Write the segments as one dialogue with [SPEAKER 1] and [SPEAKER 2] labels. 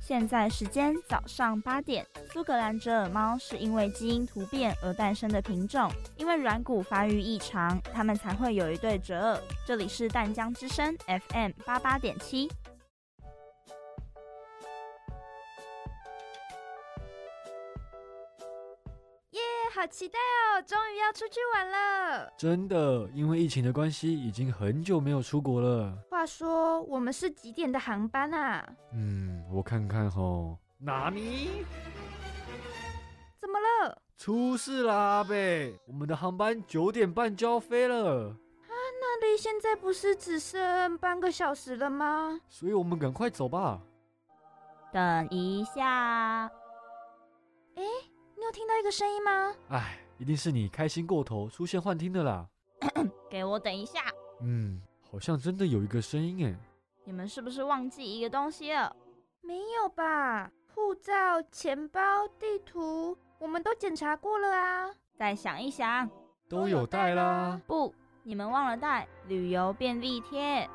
[SPEAKER 1] 现在时间早上八点。苏格兰折耳猫是因为基因突变而诞生的品种，因为软骨发育异常，它们才会有一对折耳。这里是淡江之声 FM 八八点七。
[SPEAKER 2] 耶、好期待哦！终于要出去玩了。
[SPEAKER 3] 真的，因为疫情的关系，已经很久没有出国了。
[SPEAKER 2] 话说，我们是几点的航班啊？
[SPEAKER 3] 嗯，我看看吼，纳尼？
[SPEAKER 2] 怎么了？
[SPEAKER 3] 出事啦，阿贝！我们的航班九点半就要飞了，
[SPEAKER 2] 那离现在不是只剩半个小时了吗？
[SPEAKER 3] 所以我们赶快走吧。
[SPEAKER 1] 等一下，
[SPEAKER 2] 你有听到一个声音吗？
[SPEAKER 3] 哎，一定是你开心过头，出现幻听的啦。
[SPEAKER 1] 给我等一下！
[SPEAKER 3] 嗯，好像真的有一个声音哎。
[SPEAKER 1] 你们是不是忘记一个东西了？
[SPEAKER 2] 没有吧？护照、钱包、地图，我们都检查过了啊。
[SPEAKER 1] 再想一想。
[SPEAKER 3] 都有带啦。
[SPEAKER 1] 不，你们忘了带旅游便利贴。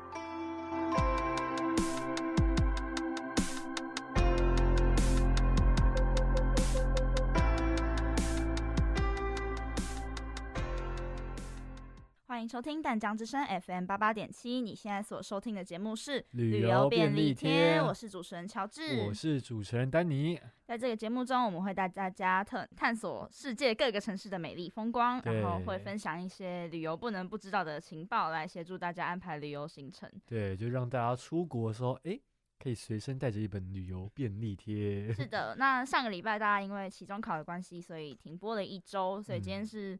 [SPEAKER 1] 欢迎收听淡江之声 FM 八八点七，你现在所收听的节目是
[SPEAKER 3] 旅游便利贴
[SPEAKER 1] 我是主持人乔治，
[SPEAKER 3] 我是主持人丹尼，
[SPEAKER 1] 在这个节目中，我们会带大家探探索世界各个城市的美丽风光，
[SPEAKER 3] 对
[SPEAKER 1] 然后会分享一些旅游不能不知道的情报，来协助大家安排旅游行程。
[SPEAKER 3] 对，就让大家出国的时候，哎，可以随身带着一本旅游便利贴。
[SPEAKER 1] 是的，那上个礼拜大家因为期中考的关系，所以停播了一周，所以今天是、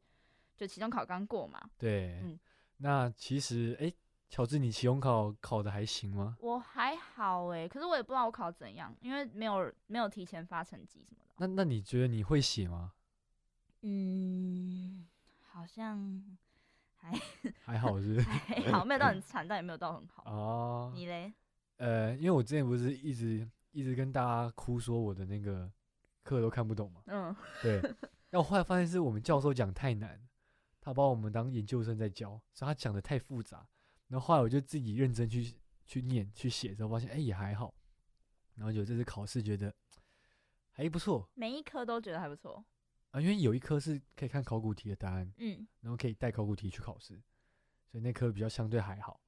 [SPEAKER 1] 就期中考刚过嘛，
[SPEAKER 3] 对，
[SPEAKER 1] 嗯
[SPEAKER 3] 那其实，哎，乔治，你期中考考的还行吗？
[SPEAKER 1] 我还好诶、可是我也不知道我考怎样，因为没有没有提前发成绩什么的。
[SPEAKER 3] 那那你觉得你会写吗？
[SPEAKER 1] 嗯，好像
[SPEAKER 3] 还好是不是
[SPEAKER 1] 还好，没有 到很惨，但也没有到很好。
[SPEAKER 3] 啊，
[SPEAKER 1] 你嘞？
[SPEAKER 3] 呃，因为我之前不是一直一直跟大家哭说我的那个课都看不懂嘛，
[SPEAKER 1] 嗯，
[SPEAKER 3] 对，但我后来发现是我们教授讲太难，他把我们当研究生在教，所以他讲的太复杂。然后后来我就自己认真去去念去写之后，发现哎、也还好。然后就这次考试觉得还不错
[SPEAKER 1] 每一科都觉得还不错。
[SPEAKER 3] 啊，因为有一科是可以看考古题的答案，
[SPEAKER 1] 嗯，
[SPEAKER 3] 然后可以带考古题去考试，所以那科比较相对还好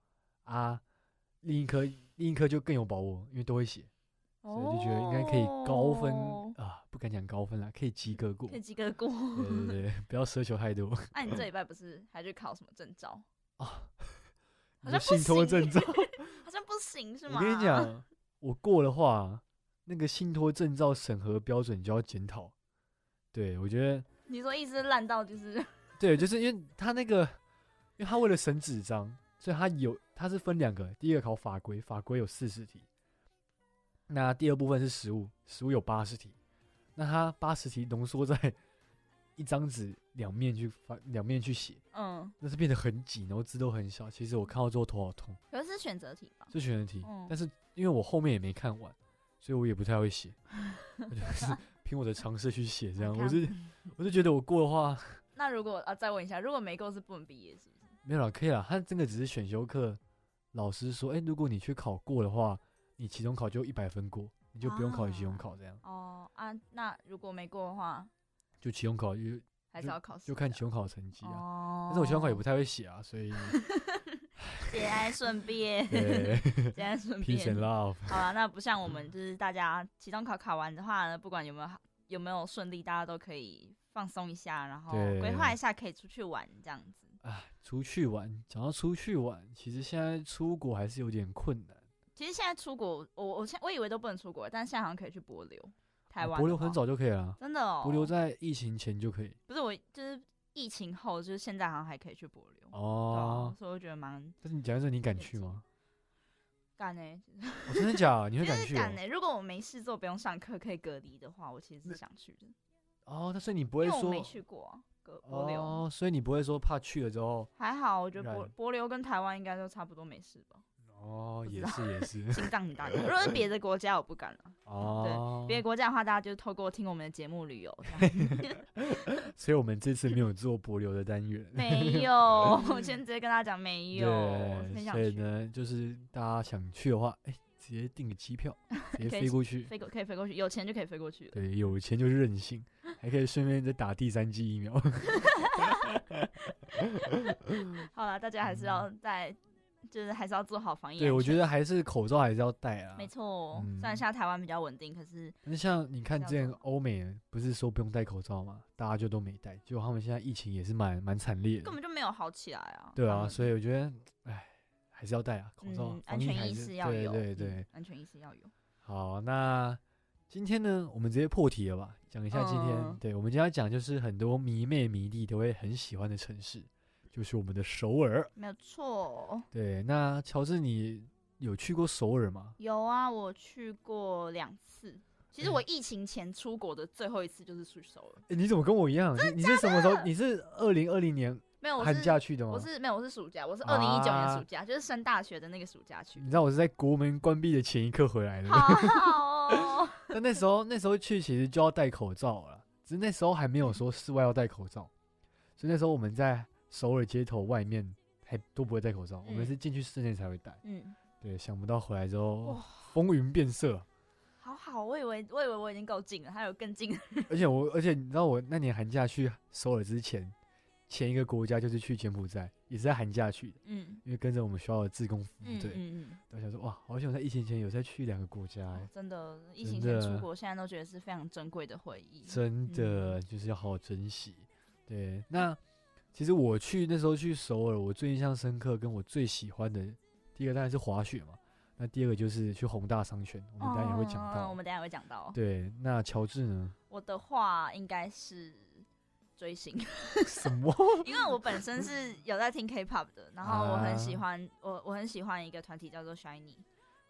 [SPEAKER 3] 啊。另一科另一科就更有把握，因为都会写，所以就觉得应该可以高分、
[SPEAKER 1] 哦
[SPEAKER 3] 啊，不敢讲高分啦，可以及格过
[SPEAKER 1] 可。以及格过。
[SPEAKER 3] 对嗯对对， 不要奢求太多。
[SPEAKER 1] 那、啊你这礼拜不是还去考什么证照？
[SPEAKER 3] 啊，
[SPEAKER 1] 好
[SPEAKER 3] 你的
[SPEAKER 1] 像不
[SPEAKER 3] 信托
[SPEAKER 1] 行
[SPEAKER 3] 证照，
[SPEAKER 1] 好像不行是吗？
[SPEAKER 3] 我跟你，讲，我过的话，那个信托证照审核标准就要检讨。对，我觉得，
[SPEAKER 1] 你说意思是烂到就是
[SPEAKER 3] 对，就是因为他那个，因为他为了省纸张，所以他有他是分两个，第一个考法规，法规有四十题，那第二部分是实物，实物有八十题，那他八十题浓缩在 一张纸两面去发，两面去写，
[SPEAKER 1] 嗯，
[SPEAKER 3] 那是变得很挤，然后字都很小。其实我看到之后头好痛。
[SPEAKER 1] 可是是选择题吧？
[SPEAKER 3] 是选择题，
[SPEAKER 1] 嗯
[SPEAKER 3] 但是因为我后面也没看完，所以我也不太会写，我就是 凭我的尝试去写这样。
[SPEAKER 1] 你
[SPEAKER 3] 我
[SPEAKER 1] 看
[SPEAKER 3] 是我就觉得我过的话
[SPEAKER 1] 那如果啊，再问一下，如果没够是不能毕业是不是？
[SPEAKER 3] 没有啦，可以啦。他真的只是选修课，老师说，哎、如果你去考过的话，你期中考就一百分过，你就不用考期中考这样，
[SPEAKER 1] 哦啊，那如果没过的话，
[SPEAKER 3] 就期中考就
[SPEAKER 1] 还是要考试
[SPEAKER 3] 就看期中考的成绩啊。
[SPEAKER 1] 哦。
[SPEAKER 3] 但是我期中考也不太会写啊， 所以
[SPEAKER 1] 节哀顺 变，
[SPEAKER 3] 对
[SPEAKER 1] 节哀 顺变。
[SPEAKER 3] ，peace and love。
[SPEAKER 1] 好了，那不像我们，就是大家期中考考完的话呢，不管有没有好有没有顺利，大家都可以放松一下，然后
[SPEAKER 3] 对
[SPEAKER 1] 规划一下可以出去玩这样子。
[SPEAKER 3] 啊，出去玩，讲到出去玩，其实现在出国还是有点困难。
[SPEAKER 1] 其实现在出国，我我现我以为都不能出国，但现在好像可以去博流，台湾的话、
[SPEAKER 3] 哦博流很早就可以了。
[SPEAKER 1] 真的哦，
[SPEAKER 3] 不留在疫情前就可以
[SPEAKER 1] 不是我就是疫情后，就是现在好像还可以去博流，对啊
[SPEAKER 3] 哦。
[SPEAKER 1] 所以我觉得蛮
[SPEAKER 3] 但是你讲到这，你敢
[SPEAKER 1] 也
[SPEAKER 3] 去
[SPEAKER 1] 是
[SPEAKER 3] 吗？
[SPEAKER 1] 干诶，
[SPEAKER 3] 我真的假的？你会
[SPEAKER 1] 就
[SPEAKER 3] 敢
[SPEAKER 1] 是
[SPEAKER 3] 去
[SPEAKER 1] 干
[SPEAKER 3] 哦？
[SPEAKER 1] 诶。如果我没事做，不用上课，可以隔离的话，我其实是想去的，
[SPEAKER 3] 哦，但是你不
[SPEAKER 1] 因
[SPEAKER 3] 会
[SPEAKER 1] 为我
[SPEAKER 3] 说
[SPEAKER 1] 没去过、啊、隔博流。
[SPEAKER 3] 哦，所以你不会说怕去了之后
[SPEAKER 1] 还好，我觉得博
[SPEAKER 3] 然
[SPEAKER 1] 博流跟台湾应该都差不多没事 吧，
[SPEAKER 3] 哦，
[SPEAKER 1] 不知
[SPEAKER 3] 也
[SPEAKER 1] 道
[SPEAKER 3] 是也 是
[SPEAKER 1] 心脏很大。如果是别的国家，我不敢了。
[SPEAKER 3] 哦。
[SPEAKER 1] 别的国家的话，大家就透过听我们的节目旅游。这 样
[SPEAKER 3] 所以我们这次没有做博流的单元。
[SPEAKER 1] 没有， 我先直接跟大家讲没有，很
[SPEAKER 3] 对，
[SPEAKER 1] 想
[SPEAKER 3] 所以
[SPEAKER 1] 去。
[SPEAKER 3] 呢，就是大家想去的话，哎，直接订个机票，直接
[SPEAKER 1] 可以
[SPEAKER 3] 飞过去。
[SPEAKER 1] 飞过可以飞过去，有钱就可以飞过去了。
[SPEAKER 3] 对，有钱就是任性，还可以顺便再打第三剂疫苗。
[SPEAKER 1] 好了，大家还是要在，就是还是要做好防疫安全。
[SPEAKER 3] 嗯对，我觉得还是口罩还是要戴啊
[SPEAKER 1] 没。错。
[SPEAKER 3] 嗯
[SPEAKER 1] 虽然现在台湾比较稳定，可是
[SPEAKER 3] 那像你看
[SPEAKER 1] 是要
[SPEAKER 3] 之前
[SPEAKER 1] 做好
[SPEAKER 3] 欧美人不是说不用戴口罩嘛，大家就都没戴，结果他们现在疫情也是蛮蛮惨烈的
[SPEAKER 1] 根。本就没有好起来啊。
[SPEAKER 3] 对
[SPEAKER 1] 他
[SPEAKER 3] 啊，
[SPEAKER 1] 们
[SPEAKER 3] 所以我觉得，哎，还是要戴啊，口罩
[SPEAKER 1] 嗯，，
[SPEAKER 3] 防
[SPEAKER 1] 安
[SPEAKER 3] 疫
[SPEAKER 1] 全
[SPEAKER 3] 还
[SPEAKER 1] 意
[SPEAKER 3] 是
[SPEAKER 1] 识要有，
[SPEAKER 3] 对对
[SPEAKER 1] 嗯
[SPEAKER 3] 对，
[SPEAKER 1] 安全意识要有。
[SPEAKER 3] 好，那今天呢，我们直接破题了吧？讲一下今天，
[SPEAKER 1] 嗯
[SPEAKER 3] 对我们今天要讲就是很多迷妹迷弟都会很喜欢的城市，就是我们的首尔。
[SPEAKER 1] 没有错，
[SPEAKER 3] 对，那乔治，你有去过首尔吗？
[SPEAKER 1] 有啊，我去过两次。其
[SPEAKER 3] 嗯
[SPEAKER 1] 实我疫情前出国的最后一次就是去首尔，
[SPEAKER 3] 诶你怎么跟我一样？你你是什么时候？你是二零二零年
[SPEAKER 1] 没有，哦我
[SPEAKER 3] 寒
[SPEAKER 1] 是
[SPEAKER 3] 啊假去的吗？
[SPEAKER 1] 我是没有，我是暑假，我是二零一九年
[SPEAKER 3] 啊
[SPEAKER 1] 暑假，就是升大学的那个暑假去
[SPEAKER 3] 你。知道我是在国门关闭的前一刻回来的
[SPEAKER 1] 好，好哦，
[SPEAKER 3] 但那时候那时候去其实就要戴口罩了，只是那时候还
[SPEAKER 1] 嗯
[SPEAKER 3] 没有说室外要戴口罩，所以那时候我们在首尔街头外面还都不会戴口罩，我们
[SPEAKER 1] 嗯
[SPEAKER 3] 是进去室内才会戴。
[SPEAKER 1] 嗯，
[SPEAKER 3] 对，想不到回来之后
[SPEAKER 1] 哇
[SPEAKER 3] 风云变色，
[SPEAKER 1] 好好，我以为我以为我已经够近了，还有更近的。
[SPEAKER 3] 而且我而且你知道我那年寒假去首尔之前，前一个国家就是去柬埔寨，也是在寒假去的，
[SPEAKER 1] 嗯
[SPEAKER 3] 因为跟着我们学校的志工服务
[SPEAKER 1] 嗯
[SPEAKER 3] 队，
[SPEAKER 1] 嗯
[SPEAKER 3] 我想说哇，好想在疫情前有再去两个国家、
[SPEAKER 1] 嗯，
[SPEAKER 3] 欸
[SPEAKER 1] 哦，真的，疫情
[SPEAKER 3] 真
[SPEAKER 1] 前
[SPEAKER 3] 的
[SPEAKER 1] 出国，现在都觉得是非常珍贵的回忆。
[SPEAKER 3] 真的就是要好好珍惜。对，那其实我去那时候去首尔，我最印象深刻跟我最喜欢的，第一个当然是滑雪嘛，那第二个就是去宏大商圈，我们当然也会讲
[SPEAKER 1] 嗯
[SPEAKER 3] 到。
[SPEAKER 1] 我们等一下也会讲到。
[SPEAKER 3] 对，那乔治 呢？
[SPEAKER 1] 我的话应该是追星，
[SPEAKER 3] 什么？
[SPEAKER 1] 因为我本身是有在听 K-pop 的，然后我很喜
[SPEAKER 3] 啊
[SPEAKER 1] 欢、我我很喜欢一个团体叫做 Shiny，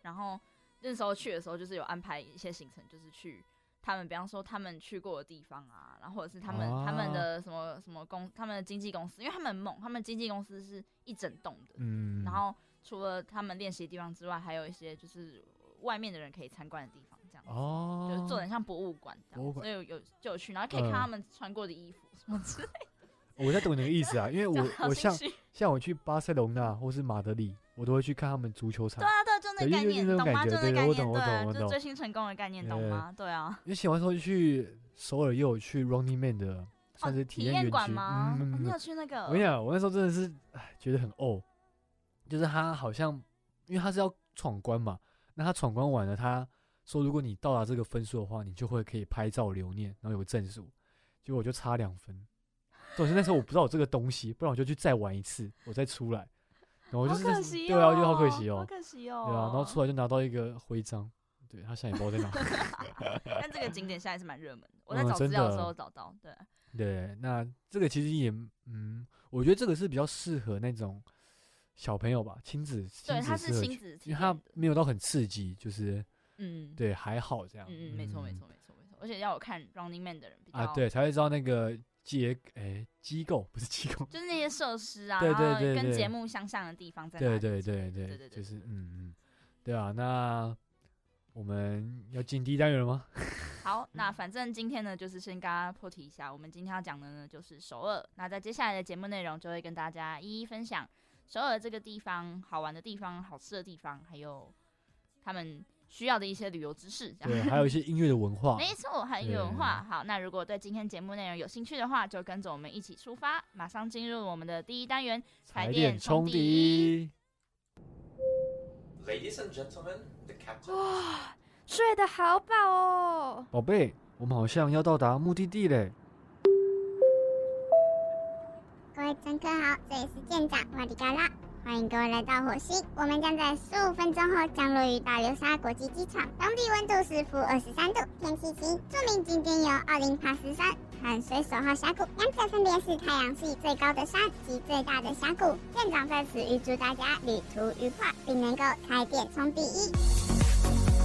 [SPEAKER 1] 然后那时候去的时候就是有安排一些行程，就是去他们，比方说他们去过的地方啊，然后或者是他们、
[SPEAKER 3] 啊
[SPEAKER 1] 他们的什么什么公，他们的经纪公司，因为他们很猛，他们经纪公司是一整栋的，
[SPEAKER 3] 嗯，
[SPEAKER 1] 然后除了他们练习的地方之外，还有一些就是外面的人可以参观的地方，这样子。
[SPEAKER 3] 哦，
[SPEAKER 1] 就是做的像博物馆这
[SPEAKER 3] 博物
[SPEAKER 1] 样，
[SPEAKER 3] 馆
[SPEAKER 1] 所以有有就有去，然后可以看
[SPEAKER 3] 嗯
[SPEAKER 1] 他们穿过的衣服什么之类
[SPEAKER 3] 我在懂你的意思 啊，因为
[SPEAKER 1] 的，
[SPEAKER 3] 我
[SPEAKER 1] 好
[SPEAKER 3] 我
[SPEAKER 1] 兴
[SPEAKER 3] 像
[SPEAKER 1] 趣。
[SPEAKER 3] 像我去巴塞隆纳或是马德里，我都会去看他们足球场
[SPEAKER 1] 对，啊，对啊，就那个
[SPEAKER 3] 对
[SPEAKER 1] 概
[SPEAKER 3] 就
[SPEAKER 1] 念，
[SPEAKER 3] 就那种
[SPEAKER 1] 懂吗？
[SPEAKER 3] 感
[SPEAKER 1] 就
[SPEAKER 3] 觉
[SPEAKER 1] 那个
[SPEAKER 3] 对
[SPEAKER 1] 概
[SPEAKER 3] 我
[SPEAKER 1] 念，
[SPEAKER 3] 懂我懂
[SPEAKER 1] 对，
[SPEAKER 3] 我
[SPEAKER 1] 就是
[SPEAKER 3] 懂
[SPEAKER 1] 追星成功的概念，懂吗？对啊，
[SPEAKER 3] 因为喜欢说去首尔，又有去 Running Man 的算是
[SPEAKER 1] 哦
[SPEAKER 3] 体
[SPEAKER 1] 体
[SPEAKER 3] 验园区。
[SPEAKER 1] 馆吗？
[SPEAKER 3] 嗯嗯
[SPEAKER 1] 哦
[SPEAKER 3] 嗯
[SPEAKER 1] 你有去那个？
[SPEAKER 3] 我跟你讲，我那时候真的是唉觉得很哦，就是他好像，因为他是要闯关嘛，那他闯关完了，他说如果你到达这个分数的话，你就会可以拍照留念，然后有个证书。结果我就差两分，总之那时候我不知道有这个东西，不然我就去再玩一次，我再出来。然后我就
[SPEAKER 1] 好
[SPEAKER 3] 是
[SPEAKER 1] 可惜哦，
[SPEAKER 3] 对啊，我就好可惜
[SPEAKER 1] 好
[SPEAKER 3] 哦，
[SPEAKER 1] 可惜哦。
[SPEAKER 3] 对啊，然后出来就拿到一个徽章，对他现在也不知道在哪。
[SPEAKER 1] 但这个景点现在还是蛮热门的，我在
[SPEAKER 3] 嗯
[SPEAKER 1] 找资
[SPEAKER 3] 真
[SPEAKER 1] 料的
[SPEAKER 3] 的
[SPEAKER 1] 时候找到，对，
[SPEAKER 3] 对，那这个其实也嗯，我觉得这个是比较适合那种小朋友吧，亲子
[SPEAKER 1] 对，
[SPEAKER 3] 亲
[SPEAKER 1] 它
[SPEAKER 3] 子
[SPEAKER 1] 是
[SPEAKER 3] 适合
[SPEAKER 1] 亲
[SPEAKER 3] 去
[SPEAKER 1] 子体
[SPEAKER 3] 因
[SPEAKER 1] 验
[SPEAKER 3] 为它
[SPEAKER 1] 的，
[SPEAKER 3] 没有到很刺激，就是
[SPEAKER 1] 嗯，，
[SPEAKER 3] 对还好这样。
[SPEAKER 1] 嗯嗯，没错没错没错没错，而且要有看 Running Man 的人比较
[SPEAKER 3] 啊，对，才会知道那个结诶机构不是机构，
[SPEAKER 1] 就是那些设施啊，
[SPEAKER 3] 对
[SPEAKER 1] 然后
[SPEAKER 3] 对对
[SPEAKER 1] 跟
[SPEAKER 3] 对
[SPEAKER 1] 节目相像的地方在哪
[SPEAKER 3] 对
[SPEAKER 1] 里？
[SPEAKER 3] 对
[SPEAKER 1] 对
[SPEAKER 3] 对
[SPEAKER 1] 对
[SPEAKER 3] 就是
[SPEAKER 1] 对
[SPEAKER 3] 嗯嗯，对啊，那我们要进第一单元 了吗？
[SPEAKER 1] 好，那反正今天呢，就是先跟大家破题一下，我们今天要讲的呢就是首尔。那在接下来的节目内容，就会跟大家一一分享首尔这个地方好玩的地方、好吃的地方，还有他们需要的一些旅游知识。这
[SPEAKER 3] 对，
[SPEAKER 1] 样，
[SPEAKER 3] 还有一些音乐的文化，
[SPEAKER 1] 没错，还有文化。好，那如果对今天节目内容有兴趣的话，就跟着我们一起出发，马上进入我们的第一单元。彩
[SPEAKER 3] 台
[SPEAKER 1] 电
[SPEAKER 3] 电
[SPEAKER 1] 冲
[SPEAKER 3] 冲
[SPEAKER 1] 敌
[SPEAKER 3] 敌。
[SPEAKER 4] Ladies and gentlemen, the captain.
[SPEAKER 2] 哇，睡得好饱哦。
[SPEAKER 3] 宝贝，我们好像要到达目的地嘞。
[SPEAKER 5] 各位乘客好，这里是舰长瓦迪嘎拉，欢迎各位来到火星。我们将在十五分钟后降落于大流沙国际机场，当地温度是负二十三度，天气晴。著名景点有奥林帕斯山和水手号峡谷，两者分别是太阳系最高的山及最大的峡谷。舰长在此预祝大家旅途愉快，并能够开店冲第一。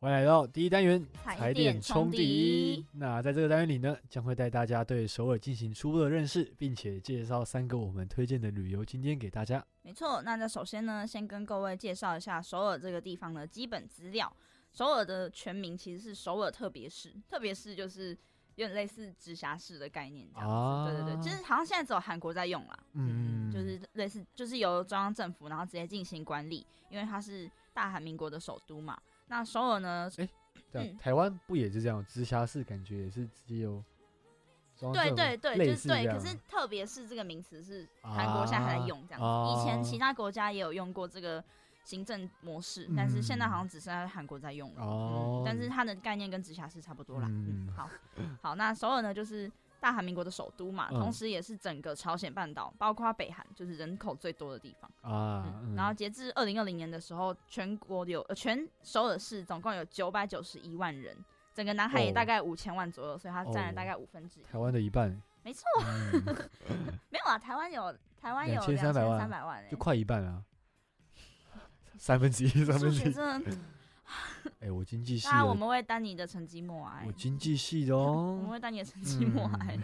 [SPEAKER 3] 欢迎来到第一单元
[SPEAKER 1] 踩
[SPEAKER 3] 踩
[SPEAKER 1] 点
[SPEAKER 3] 点
[SPEAKER 1] 冲
[SPEAKER 3] 冲
[SPEAKER 1] 敌
[SPEAKER 3] 敌。那在这个单元里呢，将会带大家对首尔进行初步的认识，并且介绍三个我们推荐的旅游景点给大家。
[SPEAKER 1] 没错，那那首先呢，先跟各位介绍一下首尔这个地方的基本资料。首尔的全名其实是首尔特别市，特别市就是有点类似直辖市的概念这样子。
[SPEAKER 3] 啊，
[SPEAKER 1] 对对对，就是好像现在只有韩国在用啦，
[SPEAKER 3] 嗯，
[SPEAKER 1] 就是类似就是由中央政府然后直接进行管理，因为它是大韩民国的首都嘛。那首尔呢？
[SPEAKER 3] 这样
[SPEAKER 1] 嗯
[SPEAKER 3] 台湾不也是这样？直辖市感觉也是直接有中央
[SPEAKER 1] 对
[SPEAKER 3] 政府
[SPEAKER 1] 对对，
[SPEAKER 3] 类
[SPEAKER 1] 就是
[SPEAKER 3] 似哦这
[SPEAKER 1] 对。
[SPEAKER 3] 样啊
[SPEAKER 1] 可是特别是这个名词是韩国现在还在用这样子，
[SPEAKER 3] 啊
[SPEAKER 1] 以
[SPEAKER 3] 哦
[SPEAKER 1] 前其他国家也有用过这个行政模式，但是现在好像只剩下韩国在用了。
[SPEAKER 3] 嗯哦
[SPEAKER 1] 嗯，但是它的概念跟直辖市差不多啦。
[SPEAKER 3] 嗯
[SPEAKER 1] 嗯，好，好，那首尔呢，就是大韩民国的首都嘛，
[SPEAKER 3] 嗯
[SPEAKER 1] 同时也是整个朝鲜半岛，包括北韩，就是人口最多的地方。
[SPEAKER 3] 啊，
[SPEAKER 1] 嗯，
[SPEAKER 3] 嗯
[SPEAKER 1] 然后截至二零二零年的时候，全国有呃全首尔市总共有九百九十一万人，整个南海也
[SPEAKER 3] 哦
[SPEAKER 1] 大概五千万左右，所以它占了大概五分之一。
[SPEAKER 3] 台湾的一半，
[SPEAKER 1] 没错，
[SPEAKER 3] 嗯
[SPEAKER 1] 没有啊，台湾有台湾有
[SPEAKER 3] 2300万
[SPEAKER 1] 三百万、欸，
[SPEAKER 3] 就快一半啊，三分之一，三
[SPEAKER 1] 数
[SPEAKER 3] 分
[SPEAKER 1] 学
[SPEAKER 3] 之一。
[SPEAKER 1] 真的，
[SPEAKER 3] 哎，我经济系
[SPEAKER 1] 当然我
[SPEAKER 3] 的，
[SPEAKER 1] 们为丹尼的成绩默哀
[SPEAKER 3] 我，经济系 的
[SPEAKER 1] 我们
[SPEAKER 3] 哦，
[SPEAKER 1] 为丹尼的成绩默哀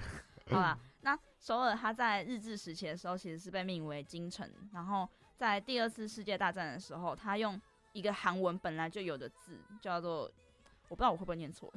[SPEAKER 3] 嗯。
[SPEAKER 1] 好啦，那首尔它在日治时期的时候其实是被命为京城，然后在第二次世界大战的时候，它用一个韩文本来就有的字叫做。我不知道我会不会念错，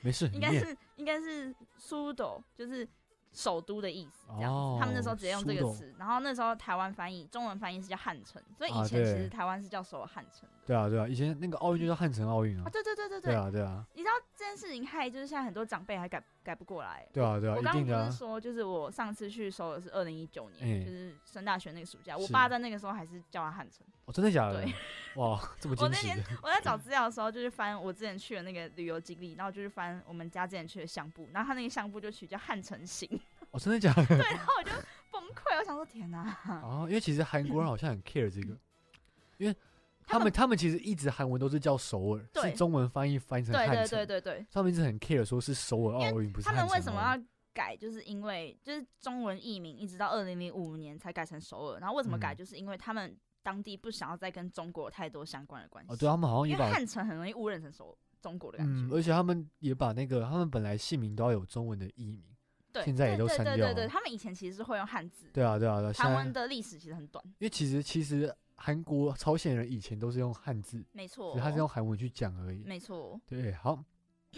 [SPEAKER 3] 没事，
[SPEAKER 1] 应
[SPEAKER 3] 你
[SPEAKER 1] 该
[SPEAKER 3] 念
[SPEAKER 1] 是应该是苏斗，就是首都的意思，这样子。
[SPEAKER 3] 哦
[SPEAKER 1] 他们那时候直接用这个
[SPEAKER 3] 苏斗
[SPEAKER 1] 词，然后那时候台湾翻译中文翻译是叫汉城，所以
[SPEAKER 3] 啊
[SPEAKER 1] 以前其
[SPEAKER 3] 对
[SPEAKER 1] 实台湾是叫首尔汉城的。
[SPEAKER 3] 对啊对啊，以前那个奥运就叫汉城奥运啊
[SPEAKER 1] 啊，，对对对对
[SPEAKER 3] 对
[SPEAKER 1] 对，
[SPEAKER 3] 啊对啊
[SPEAKER 1] 你知道这件事情害就是现在很多长辈还改改不过来。
[SPEAKER 3] 对啊对啊，
[SPEAKER 1] 我
[SPEAKER 3] 一
[SPEAKER 1] 刚刚
[SPEAKER 3] 定的
[SPEAKER 1] 不
[SPEAKER 3] 啊
[SPEAKER 1] 是，说，就是我上次去首尔是二零一九
[SPEAKER 3] 哎
[SPEAKER 1] 年，就是升大学那个暑假，我
[SPEAKER 3] 是
[SPEAKER 1] 爸在那个时候还是叫他汉城。
[SPEAKER 3] 哦，真的假的
[SPEAKER 1] 对？
[SPEAKER 3] 哇，这
[SPEAKER 1] 我
[SPEAKER 3] 么惊
[SPEAKER 1] 那
[SPEAKER 3] 喜
[SPEAKER 1] 天
[SPEAKER 3] 的，
[SPEAKER 1] 我在找资料的时候，就是翻我之前去的那个旅游经历，然后就是翻我们家之前去的相簿，然后他那个相簿就取叫汉城行，
[SPEAKER 3] 哦，真的假的？
[SPEAKER 1] 对，然后我就崩溃，我想说天 哪，
[SPEAKER 3] 哦，因为其实韩国人好像很 care 这个，因为
[SPEAKER 1] 他
[SPEAKER 3] 他
[SPEAKER 1] 们
[SPEAKER 3] 们他们其实一直韩文都是叫首尔，是
[SPEAKER 1] 对
[SPEAKER 3] 中文翻译翻译成
[SPEAKER 1] 对
[SPEAKER 3] 汉
[SPEAKER 1] 对
[SPEAKER 3] 城，
[SPEAKER 1] 对对对，
[SPEAKER 3] 他们一直很 care 说是首尔奥运，不是
[SPEAKER 1] 他们
[SPEAKER 3] 汉
[SPEAKER 1] 为
[SPEAKER 3] 城
[SPEAKER 1] 什么
[SPEAKER 3] 奥运
[SPEAKER 1] 要改？就是因为就是中文译名一直到二零零五年才改成首尔，然后为什么改？
[SPEAKER 3] 嗯
[SPEAKER 1] 就是因为他们当地不想要再跟中国有太多相关的关系。
[SPEAKER 3] 哦，对他们好像
[SPEAKER 1] 因
[SPEAKER 3] 也
[SPEAKER 1] 为
[SPEAKER 3] 把
[SPEAKER 1] 汉城很容易误认成首中国的感
[SPEAKER 3] 嗯，
[SPEAKER 1] 觉。
[SPEAKER 3] 而且他们也把那个他们本来姓名都要有中文的译名，
[SPEAKER 1] 对，
[SPEAKER 3] 现在也都
[SPEAKER 1] 对
[SPEAKER 3] 删
[SPEAKER 1] 对
[SPEAKER 3] 掉
[SPEAKER 1] 对对，
[SPEAKER 3] 了
[SPEAKER 1] 他们以前其实是会用汉字，
[SPEAKER 3] 对啊对啊对啊，现
[SPEAKER 1] 韩文
[SPEAKER 3] 在
[SPEAKER 1] 的历史其实很短，
[SPEAKER 3] 因为其实其实韩国朝鲜人以前都是用汉字，
[SPEAKER 1] 没
[SPEAKER 3] 只
[SPEAKER 1] 错
[SPEAKER 3] 是，他是用韩文去讲而已。
[SPEAKER 1] 哦没错，
[SPEAKER 3] 对，好，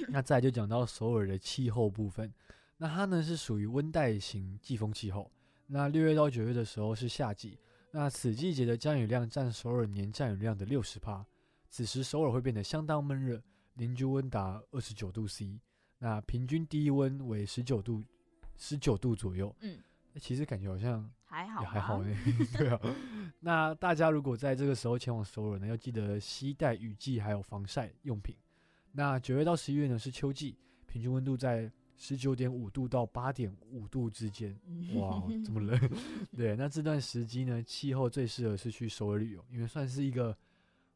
[SPEAKER 3] 那再来就讲到首尔的气候部分。那它呢是属于温带型季风气候。那六月到九月的时候是夏季，那此季节的降雨量占首尔年降雨量的六十帕。此时首尔会变得相当闷热，邻居温达二十九度 C，那平均低温为十九度，十九度左右。
[SPEAKER 1] 嗯，
[SPEAKER 3] 那其实感觉好像
[SPEAKER 1] 还好啊
[SPEAKER 3] 也还
[SPEAKER 1] 吧
[SPEAKER 3] 好呢， 对啊。那大家如果在这个时候前往首尔呢，要记得携带雨季还有防晒用品。那九月到十一月呢是秋季，平均温度在十九点五度到八点五度之间。
[SPEAKER 1] 嗯
[SPEAKER 3] 哇，这么 冷？对，那这段时机呢，气候最适合是去首尔旅游，因为算是一个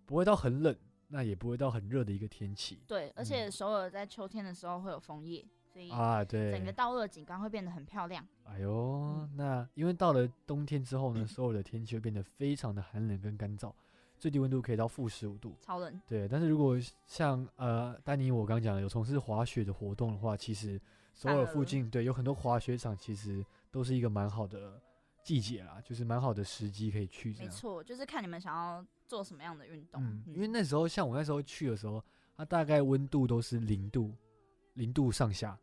[SPEAKER 3] 不会到很冷，那也不会到很热的一个天气
[SPEAKER 1] 对，而且首尔在秋天的时候会有枫叶，所以
[SPEAKER 3] 嗯啊。对，
[SPEAKER 1] 整个道路的景观会变得很漂亮。
[SPEAKER 3] 哎呦，那因为到了冬天之后呢，首尔的天气会变得非常的寒冷跟干燥，最低温度可以到负十五度。
[SPEAKER 1] 超人，
[SPEAKER 3] 对，但是如果像呃丹尼我刚讲的，有从事滑雪的活动的话，其实首
[SPEAKER 1] 太
[SPEAKER 3] 尔
[SPEAKER 1] 热
[SPEAKER 3] 附
[SPEAKER 1] 了
[SPEAKER 3] 近对有很多滑雪场，其实都是一个蛮好的季节啦，就是蛮好的时机可以去这
[SPEAKER 1] 没
[SPEAKER 3] 样。
[SPEAKER 1] 错，就是看你们想要做什么样的运动。
[SPEAKER 3] 啊嗯，
[SPEAKER 1] 嗯
[SPEAKER 3] 因为那时候像我那时候去的时候，它大概温度都是零度，零度上下，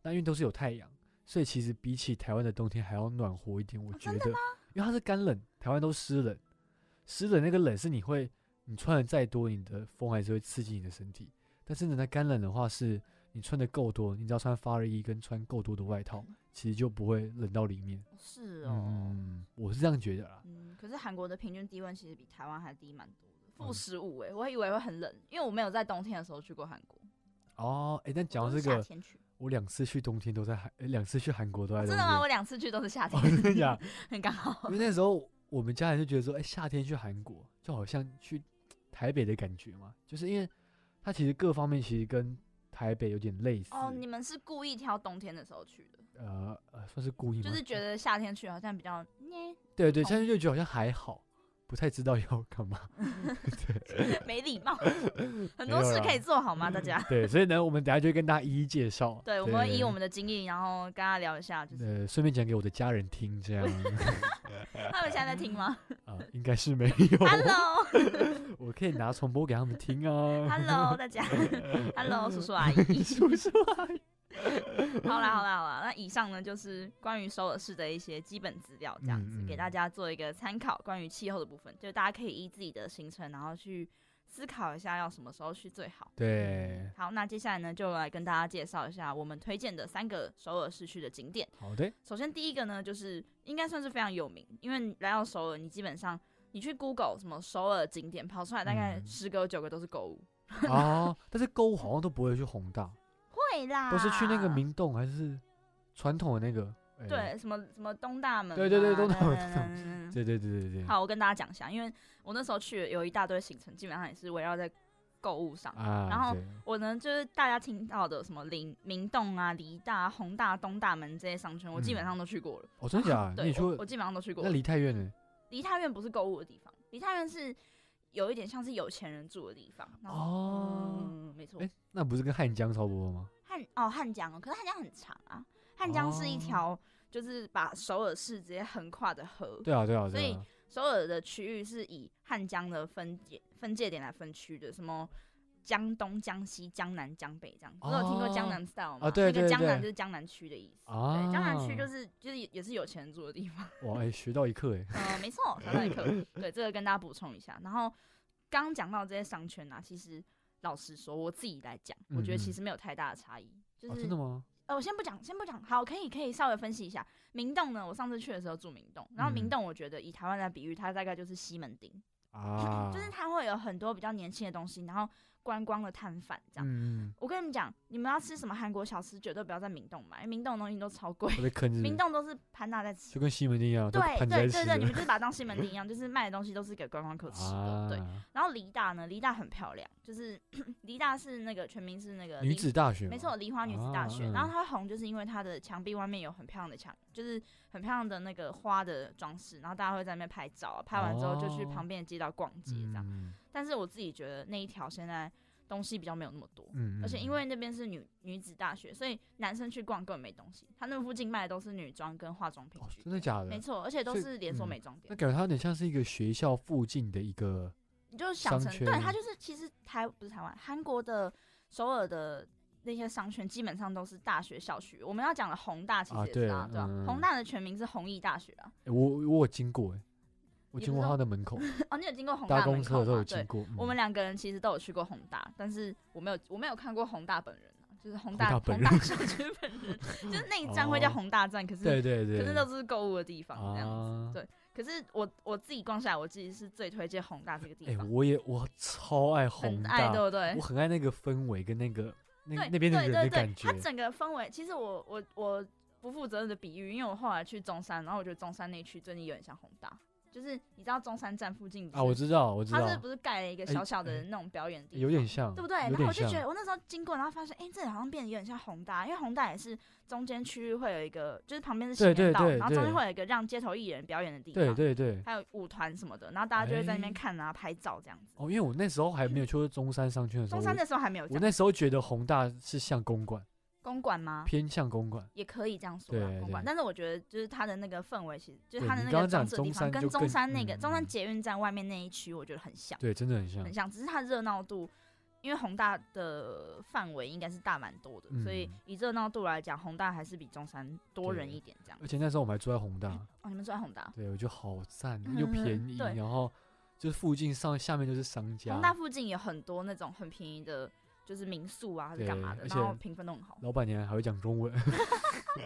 [SPEAKER 3] 但因为都是有太阳，所以其实比起台湾的冬天还要暖和一点，我
[SPEAKER 1] 哦
[SPEAKER 3] 觉
[SPEAKER 1] 真的
[SPEAKER 3] 得，因为它是干冷，台湾都湿冷，湿冷那个冷是你会，你穿的再多，你的风还是会刺激你的身体，但是呢，那干冷的话是你穿的够多，你只要穿发热衣跟穿够多的外套，
[SPEAKER 1] 嗯
[SPEAKER 3] 其实就不会冷到里面。
[SPEAKER 1] 是哦，
[SPEAKER 3] 嗯，我是这样觉得啦。
[SPEAKER 1] 嗯，可是韩国的平均低温其实比台湾还低蛮多的，
[SPEAKER 3] 嗯
[SPEAKER 1] 负十五哎，我还以为会很冷，因为我没有在冬天的时候去过韩国，
[SPEAKER 3] 哦，哎、但讲
[SPEAKER 1] 都
[SPEAKER 3] 到
[SPEAKER 1] 是
[SPEAKER 3] 这
[SPEAKER 1] 夏
[SPEAKER 3] 个，
[SPEAKER 1] 天去。
[SPEAKER 3] 我两次去冬天都在韩，呃两次去韩国都在
[SPEAKER 1] 哦真
[SPEAKER 3] 冬
[SPEAKER 1] 的
[SPEAKER 3] 天。
[SPEAKER 1] 吗？我两次去都是夏天
[SPEAKER 3] 哦，， 真的假 的？
[SPEAKER 1] 很刚好
[SPEAKER 3] 因。为那时候我们家人就觉得说，哎、夏天去韩国就好像去台北的感觉嘛，就是因为它其实各方面其实跟台北有点类似。
[SPEAKER 1] 哦，你们是故意挑冬天的时候去的，
[SPEAKER 3] 呃呃，算是故意吗？
[SPEAKER 1] 就是觉得哦夏天去好像比较捏
[SPEAKER 3] 对对，现在就觉得好像还好，不太知道 要干嘛。
[SPEAKER 1] 没礼 貌，很
[SPEAKER 3] 没有
[SPEAKER 1] 多事
[SPEAKER 3] 啦嗯
[SPEAKER 1] 可以做好吗？大家，
[SPEAKER 3] 对，所以呢，我们等下就会跟大家一一介绍。
[SPEAKER 1] 对，我们会以我们的经历，然后跟他聊一下，就是
[SPEAKER 3] 呃，顺便讲给我的家人听， 这样
[SPEAKER 1] 他们现在在听 吗
[SPEAKER 3] 啊、应该是没有，
[SPEAKER 1] ？Hello，Hello，
[SPEAKER 3] 我可以拿重播给他们听啊。
[SPEAKER 1] 大家，Hello，叔叔阿姨，
[SPEAKER 3] 叔叔阿姨，
[SPEAKER 1] 好啦好啦好啦，那以上呢就是关于首尔市的一些基本资料，这样子、
[SPEAKER 3] 嗯嗯
[SPEAKER 1] 给大家做一个参考。关于气候的部分，就大家可以依自己的行程，然后去思考一下要什么时候去最好。
[SPEAKER 3] 对，
[SPEAKER 1] 好，那接下来呢，就来跟大家介绍一下我们推荐的三个首尔市区的景点。
[SPEAKER 3] 好的，
[SPEAKER 1] 首先第一个呢，就是应该算是非常有名，因为你来到首尔，你基本上你去 Google 什么首尔景点，跑出来大概
[SPEAKER 3] 嗯
[SPEAKER 1] 十个有九个都是购物。
[SPEAKER 3] 哦，但是购物好像都不会去宏大，
[SPEAKER 1] 会啦，
[SPEAKER 3] 都是去那个明洞还是传统的那个？哎
[SPEAKER 1] 对，什么什么东大门啊，
[SPEAKER 3] 对对对东大门
[SPEAKER 1] 等等等 等
[SPEAKER 3] 对对对对对，
[SPEAKER 1] 嗯好，我跟大家讲一下，因为我那时候去有一大堆行程，基本上也是围绕在购物上。
[SPEAKER 3] 啊，
[SPEAKER 1] 然后
[SPEAKER 3] 对
[SPEAKER 1] 我呢，就是大家听到的什么林明洞啊、梨大、宏大、东大门这些商圈，我基本
[SPEAKER 3] 嗯
[SPEAKER 1] 上都去过了。
[SPEAKER 3] 哦，真的假的？你
[SPEAKER 1] 对
[SPEAKER 3] 也，去
[SPEAKER 1] 我
[SPEAKER 3] 过
[SPEAKER 1] 我基本上都去过
[SPEAKER 3] 那
[SPEAKER 1] 了。
[SPEAKER 3] 离太远了。
[SPEAKER 1] 梨泰院不是购物的地方，梨泰院是有一点像是有钱人住的地方。然后
[SPEAKER 3] 哦
[SPEAKER 1] 嗯，没错
[SPEAKER 3] 哎。那不是跟汉江差不多吗？
[SPEAKER 1] 汉哦汉江哦，可是汉江很长啊，汉江是一
[SPEAKER 3] 哦
[SPEAKER 1] 条就是把首尔市直接横跨的河。
[SPEAKER 3] 对啊，对啊，
[SPEAKER 1] 所以
[SPEAKER 3] 对啊。
[SPEAKER 1] 首尔的区域是以汉江的分界分界点来分区的，什么江东、江西、江南、江北这样。不是有听过江南 style 吗？
[SPEAKER 3] 啊对
[SPEAKER 1] 那个
[SPEAKER 3] 对
[SPEAKER 1] 江南
[SPEAKER 3] 对
[SPEAKER 1] 就是江南区的意思。
[SPEAKER 3] 啊
[SPEAKER 1] 对，江南区就是就是也也是有钱人住的地方。
[SPEAKER 3] 哇，哎，学到一课哎。
[SPEAKER 1] 呃，没错，小一课。对，这个跟大家补充一下。然后刚刚讲到这些商圈啊，其实老实说，我自己来讲，我觉得
[SPEAKER 3] 嗯嗯
[SPEAKER 1] 其实没有太大的差异。就
[SPEAKER 3] 哦，
[SPEAKER 1] 是、
[SPEAKER 3] 真的吗？
[SPEAKER 1] 呃，我先不讲，先不讲。好，可以可以稍微分析一下明洞呢。我上次去的时候住明洞，然后明
[SPEAKER 3] 嗯
[SPEAKER 1] 洞我觉得以台湾来比喻，它大概就是西门町，
[SPEAKER 3] 啊，
[SPEAKER 1] 就是它会有很多比较年轻的东西，然后观光的摊贩这样。
[SPEAKER 3] 嗯，嗯
[SPEAKER 1] 我跟你们讲，你们要吃什么韩国小吃，绝对不要在明洞买，因为明洞的东西都超贵
[SPEAKER 3] 会，被坑是不
[SPEAKER 1] 明
[SPEAKER 3] 是？
[SPEAKER 1] 洞都是潘娜在吃。
[SPEAKER 3] 嗯就跟西门町一样，都
[SPEAKER 1] 对
[SPEAKER 3] 盘在
[SPEAKER 1] 对
[SPEAKER 3] 一起
[SPEAKER 1] 对
[SPEAKER 3] 的
[SPEAKER 1] 对，你们就是把它当西门町一 样，就是卖的东西都是给观光客吃的。对，
[SPEAKER 3] 啊，
[SPEAKER 1] 然后梨大呢，梨大很漂亮，就是 梨大是那个全名是那个
[SPEAKER 3] 女
[SPEAKER 1] 梨
[SPEAKER 3] 子大学嘛，
[SPEAKER 1] 没错，梨花女子大学。
[SPEAKER 3] 啊
[SPEAKER 1] 然后它红就是因为它的墙壁外面有很漂亮的墙，就是很漂亮的那个花的装饰，然后大家会在那边拍照啊，拍完之后就去
[SPEAKER 3] 哦
[SPEAKER 1] 旁边的街道逛街这样。
[SPEAKER 3] 嗯，
[SPEAKER 1] 但是我自己觉得那一条现在东西比较没有那么多。
[SPEAKER 3] 嗯嗯，
[SPEAKER 1] 而且因为那边是女女子大学，所以男生去逛根本没东西。他那附近卖的都是女装跟化妆品
[SPEAKER 3] 哦
[SPEAKER 1] 居多、
[SPEAKER 3] 真的假的？
[SPEAKER 1] 没错，而且都
[SPEAKER 3] 所以
[SPEAKER 1] 是连锁
[SPEAKER 3] 嗯
[SPEAKER 1] 美妆店
[SPEAKER 3] 那。感觉它有点像是一个学校附近的一个
[SPEAKER 1] 你就想成
[SPEAKER 3] 商，圈
[SPEAKER 1] 对，它就是其实台不是台湾，韩国的首尔的那些商圈基本上都是大学校区。我们要讲的宏大其实
[SPEAKER 3] 啊
[SPEAKER 1] 也是啊，
[SPEAKER 3] 对
[SPEAKER 1] 对吧、
[SPEAKER 3] 嗯
[SPEAKER 1] 宏大的全名是弘毅大学啊。
[SPEAKER 3] 欸我我有经过哎、我
[SPEAKER 1] 你
[SPEAKER 3] 经
[SPEAKER 1] 不
[SPEAKER 3] 过
[SPEAKER 1] 知
[SPEAKER 3] 他
[SPEAKER 1] 道
[SPEAKER 3] 的门口，
[SPEAKER 1] 哦，你有经过宏
[SPEAKER 3] 搭
[SPEAKER 1] 大
[SPEAKER 3] 公
[SPEAKER 1] 门
[SPEAKER 3] 车的
[SPEAKER 1] 口
[SPEAKER 3] 时候
[SPEAKER 1] 吗？
[SPEAKER 3] 有经
[SPEAKER 1] 对，
[SPEAKER 3] 过。嗯
[SPEAKER 1] 我们两个人其实都有去过宏大，但是我没有我没有看过宏大本人、啊，就是宏大
[SPEAKER 3] 宏大本
[SPEAKER 1] 宏
[SPEAKER 3] 人
[SPEAKER 1] 大社区本人， 就是那一站会叫
[SPEAKER 3] 哦
[SPEAKER 1] 宏大站，可是
[SPEAKER 3] 对对对，
[SPEAKER 1] 可是那都是购物的地方这样子。
[SPEAKER 3] 啊
[SPEAKER 1] 对可是我我自己逛下来，我自己是最推荐宏大这个地
[SPEAKER 3] 哎、
[SPEAKER 1] 方，
[SPEAKER 3] 我也我超爱宏
[SPEAKER 1] 很爱
[SPEAKER 3] 大，
[SPEAKER 1] 对不对
[SPEAKER 3] 我？很爱那个氛围跟那个那
[SPEAKER 1] 对
[SPEAKER 3] 那边的
[SPEAKER 1] 对
[SPEAKER 3] 人
[SPEAKER 1] 对
[SPEAKER 3] 的
[SPEAKER 1] 对，
[SPEAKER 3] 感觉
[SPEAKER 1] 它。整个氛围，其实我我我不负责任的比喻，因为我后来去中山，然后我觉得中山那区最近有点像宏大，就是你知道中山站附近不
[SPEAKER 3] 啊，我
[SPEAKER 1] 是
[SPEAKER 3] 知道，我知道，
[SPEAKER 1] 它是不是盖了一个
[SPEAKER 3] 哎
[SPEAKER 1] 小小的
[SPEAKER 3] 哎
[SPEAKER 1] 那种表演地方，
[SPEAKER 3] 有点像，
[SPEAKER 1] 对不对？然
[SPEAKER 3] 有
[SPEAKER 1] 后
[SPEAKER 3] 点
[SPEAKER 1] 我就
[SPEAKER 3] 像
[SPEAKER 1] 觉得我那时候经过，然后发现，哎、这里好像变得有点像宏大，因为宏大也是中间区域会有一个，就是旁边是
[SPEAKER 3] 对
[SPEAKER 1] 行人
[SPEAKER 3] 对
[SPEAKER 1] 道，
[SPEAKER 3] 对
[SPEAKER 1] 然后中间
[SPEAKER 3] 对
[SPEAKER 1] 会有一个让街头艺人表演的地方，
[SPEAKER 3] 对对对。
[SPEAKER 1] 还有舞团什么的，然后大家就会在那边
[SPEAKER 3] 哎
[SPEAKER 1] 看啊、拍照这样子。
[SPEAKER 3] 哦，因为我那时候还没有去过中山商圈的时
[SPEAKER 1] 嗯
[SPEAKER 3] 候，
[SPEAKER 1] 中山
[SPEAKER 3] 我
[SPEAKER 1] 那时候还没有
[SPEAKER 3] 我
[SPEAKER 1] 讲
[SPEAKER 3] 那时候觉得宏大是像公馆，
[SPEAKER 1] 公馆吗？
[SPEAKER 3] 偏向公馆。
[SPEAKER 1] 也可以这样说啦，
[SPEAKER 3] 对
[SPEAKER 1] 公馆。
[SPEAKER 3] 对
[SPEAKER 1] 但是我觉得，就是它的那个氛围，其实就是
[SPEAKER 3] 对
[SPEAKER 1] 它的
[SPEAKER 3] 你
[SPEAKER 1] 那
[SPEAKER 3] 刚
[SPEAKER 1] 个装
[SPEAKER 3] 刚讲
[SPEAKER 1] 饰的地
[SPEAKER 3] 中
[SPEAKER 1] 方，
[SPEAKER 3] 山
[SPEAKER 1] 跟
[SPEAKER 3] 就
[SPEAKER 1] 中
[SPEAKER 3] 更
[SPEAKER 1] 山那个
[SPEAKER 3] 嗯
[SPEAKER 1] 中山
[SPEAKER 3] 嗯
[SPEAKER 1] 捷运站外面那一区，我觉得很像，
[SPEAKER 3] 对，真的很像
[SPEAKER 1] 很。像。只是它热闹度，因为宏大的范围应该是大蛮多的，所以
[SPEAKER 3] 嗯
[SPEAKER 1] 以热闹度来讲，宏大还是比中山多人
[SPEAKER 3] 对呃
[SPEAKER 1] 一点这样
[SPEAKER 3] 而。且那时候我们还住在宏大，
[SPEAKER 1] 哦，你们住在宏大，
[SPEAKER 3] 对，我觉得好赞
[SPEAKER 1] 嗯，
[SPEAKER 3] 又
[SPEAKER 1] 嗯
[SPEAKER 3] 便
[SPEAKER 1] 嗯
[SPEAKER 3] 宜，
[SPEAKER 1] 对哦
[SPEAKER 3] 然后就是附近上下面就是商家，
[SPEAKER 1] 宏大附近有很多那种很便宜的，就是民宿啊，还是干
[SPEAKER 3] 对
[SPEAKER 1] 嘛的，
[SPEAKER 3] 而
[SPEAKER 1] 然后
[SPEAKER 3] 且
[SPEAKER 1] 评分都很好。
[SPEAKER 3] 老板娘还会讲中文，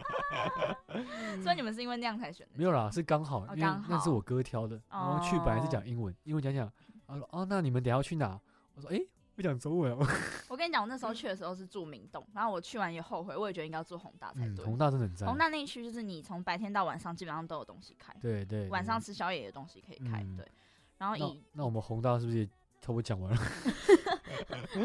[SPEAKER 1] 所以你们是因为那样才选的？
[SPEAKER 3] 嗯没有啦，是刚好，
[SPEAKER 1] 哦
[SPEAKER 3] 因为
[SPEAKER 1] 刚
[SPEAKER 3] 那是
[SPEAKER 1] 好哦
[SPEAKER 3] 我哥挑的，然后去本来是讲英文，英文讲讲，他说哦，那你们等一下要去哪？我说诶，会讲中文哦，
[SPEAKER 1] 我跟你讲，我那时候去的时候是住明洞，然后我去完也后悔，我也觉得应该要住宏大才
[SPEAKER 3] 嗯，
[SPEAKER 1] 哎对。
[SPEAKER 3] 宏大真的很
[SPEAKER 1] 宏
[SPEAKER 3] 赞，
[SPEAKER 1] 大那一区就是你从白天到晚上基本上都有东西开，
[SPEAKER 3] 对对，
[SPEAKER 1] 晚
[SPEAKER 3] 对
[SPEAKER 1] 上吃宵夜有东西可以开，
[SPEAKER 3] 嗯
[SPEAKER 1] 对。然后
[SPEAKER 3] 那
[SPEAKER 1] 以
[SPEAKER 3] 那我们宏大是不是也差不多讲完了？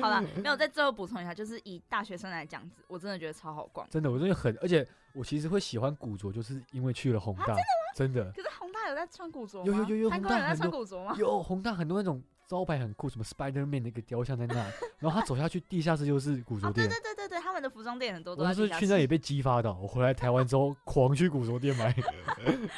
[SPEAKER 1] 好了，没有再最后补充一下，就是以大学生来讲，我真的觉得超好逛。啊
[SPEAKER 3] 真的，我真的很，而且我其实会喜欢古着，就是因为去了宏大，真的
[SPEAKER 1] 可是宏大有在穿古着吗？
[SPEAKER 3] 有有有有
[SPEAKER 1] 韩
[SPEAKER 3] 宏
[SPEAKER 1] 国人
[SPEAKER 3] 大
[SPEAKER 1] 在
[SPEAKER 3] 很
[SPEAKER 1] 穿
[SPEAKER 3] 多
[SPEAKER 1] 古着吗？
[SPEAKER 3] 有宏大很多那种招牌很酷，什么 Spider Man 那个雕像在那，然后他走下去，地下室就是古着
[SPEAKER 1] 哦，对
[SPEAKER 3] 店。
[SPEAKER 1] 对对对对，他们的服装店很多都
[SPEAKER 3] 我
[SPEAKER 1] 在
[SPEAKER 3] 那时候
[SPEAKER 1] 地下
[SPEAKER 3] 去那
[SPEAKER 1] 室
[SPEAKER 3] 里被激发到，我回来台湾 之后狂去古着店买。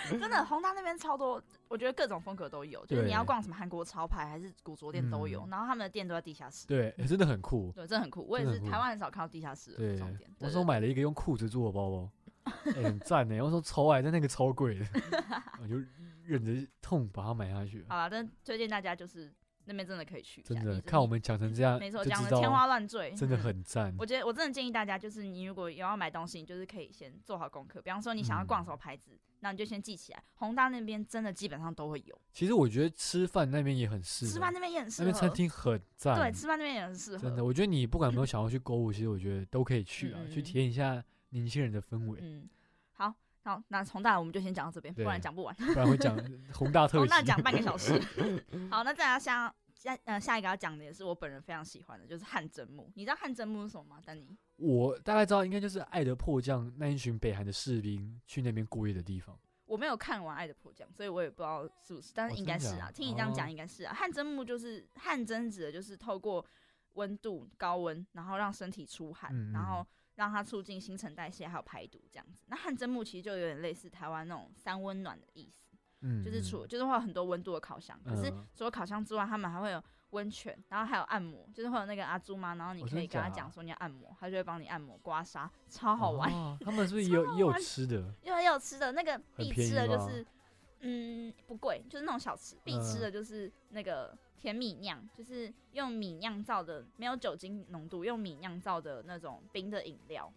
[SPEAKER 1] 真的，宏大那边超多，我觉得各种风格都有，就是你要逛什么韩国潮牌还是古着店都有，
[SPEAKER 3] 嗯
[SPEAKER 1] 然后他们的店都在地下室，
[SPEAKER 3] 对，欸真的很酷。
[SPEAKER 1] 对，真的很酷。我也
[SPEAKER 3] 真的
[SPEAKER 1] 是
[SPEAKER 3] 很酷
[SPEAKER 1] 台湾很少看到地下室的
[SPEAKER 3] 对
[SPEAKER 1] 这种店，，
[SPEAKER 3] 我那
[SPEAKER 1] 对
[SPEAKER 3] 时候
[SPEAKER 1] 对
[SPEAKER 3] 买了一个用裤子做的 包包，欸很赞呢。我那时候超爱，但那个超贵的，我就忍着痛把它买下去了。
[SPEAKER 1] 好了，但推荐大家就是那边真的可以去一下，
[SPEAKER 3] 真
[SPEAKER 1] 你
[SPEAKER 3] 的，
[SPEAKER 1] 就
[SPEAKER 3] 看我们讲成这样，
[SPEAKER 1] 没错
[SPEAKER 3] 就
[SPEAKER 1] 讲
[SPEAKER 3] 知
[SPEAKER 1] 的
[SPEAKER 3] 道
[SPEAKER 1] 天花乱坠，
[SPEAKER 3] 真的
[SPEAKER 1] 嗯
[SPEAKER 3] 很赞。
[SPEAKER 1] 我觉得我真的建议大家，就是你如果有要买东西，你就是可以先做好功课。比方说你想要逛
[SPEAKER 3] 嗯
[SPEAKER 1] 什么牌子，那你就先记起来。宏大那边真的基本上都会有，
[SPEAKER 3] 其实我觉得吃饭那边也很适合，
[SPEAKER 1] 吃饭那边也很适合。
[SPEAKER 3] 那边餐厅很赞，
[SPEAKER 1] 对，吃饭那边也很适合。
[SPEAKER 3] 真的，我觉得你不管有没有想要去购物，其实我觉得都可以去啊，
[SPEAKER 1] 嗯嗯
[SPEAKER 3] 去
[SPEAKER 1] 嗯
[SPEAKER 3] 体验一下年轻人的氛围，
[SPEAKER 1] 嗯，好，好，那宏大我们就先讲到这边，不
[SPEAKER 3] 对
[SPEAKER 1] 然讲不完。
[SPEAKER 3] 不然会 讲宏大特
[SPEAKER 1] 嗯宏
[SPEAKER 3] 辑。
[SPEAKER 1] 大讲半个小 时。 好，那再来下下呃下一个要讲的也是我本人非常喜欢的，就是汗蒸木。你知道汗蒸木是什么吗，丹尼？
[SPEAKER 3] 我大概知道，应该就是爱的迫降那一群北韩的士兵去那边过夜的地方。
[SPEAKER 1] 我没有看完《爱的迫降》，所以我也不知道是不是，但是
[SPEAKER 3] 哦
[SPEAKER 1] 应该
[SPEAKER 3] 真
[SPEAKER 1] 是
[SPEAKER 3] 假
[SPEAKER 1] 啊。听你这样讲，
[SPEAKER 3] 哦
[SPEAKER 1] 应该是啊。汗蒸木就是汗蒸，指的就是透过温度高温，然后让身体出汗，
[SPEAKER 3] 嗯嗯
[SPEAKER 1] 然后让它促进新陈代谢还有排毒这样子。那汗蒸木其实就有点类似台湾那种三温暖的意思，
[SPEAKER 3] 嗯，
[SPEAKER 1] 就是除就是会有很多温度的烤箱，可是
[SPEAKER 3] 嗯
[SPEAKER 1] 除了烤箱之外，他们还会有温泉，然后还有按摩，就是会有那个阿朱妈，然后你
[SPEAKER 3] 哦
[SPEAKER 1] 可
[SPEAKER 3] 真
[SPEAKER 1] 以
[SPEAKER 3] 的
[SPEAKER 1] 跟他
[SPEAKER 3] 假
[SPEAKER 1] 讲说你要按摩，他就会帮你按摩刮痧，超好玩。
[SPEAKER 3] 哦他们是不是也有也有
[SPEAKER 1] 超好玩
[SPEAKER 3] 吃的？
[SPEAKER 1] 因为有吃的那个必
[SPEAKER 3] 便宜
[SPEAKER 1] 吃的就
[SPEAKER 3] 吗
[SPEAKER 1] 是，嗯，不贵，就是那种小吃必吃
[SPEAKER 3] 嗯
[SPEAKER 1] 的就是那个甜米酿，就是用米酿造的，没有酒精浓度，用米酿造的那种冰的饮料，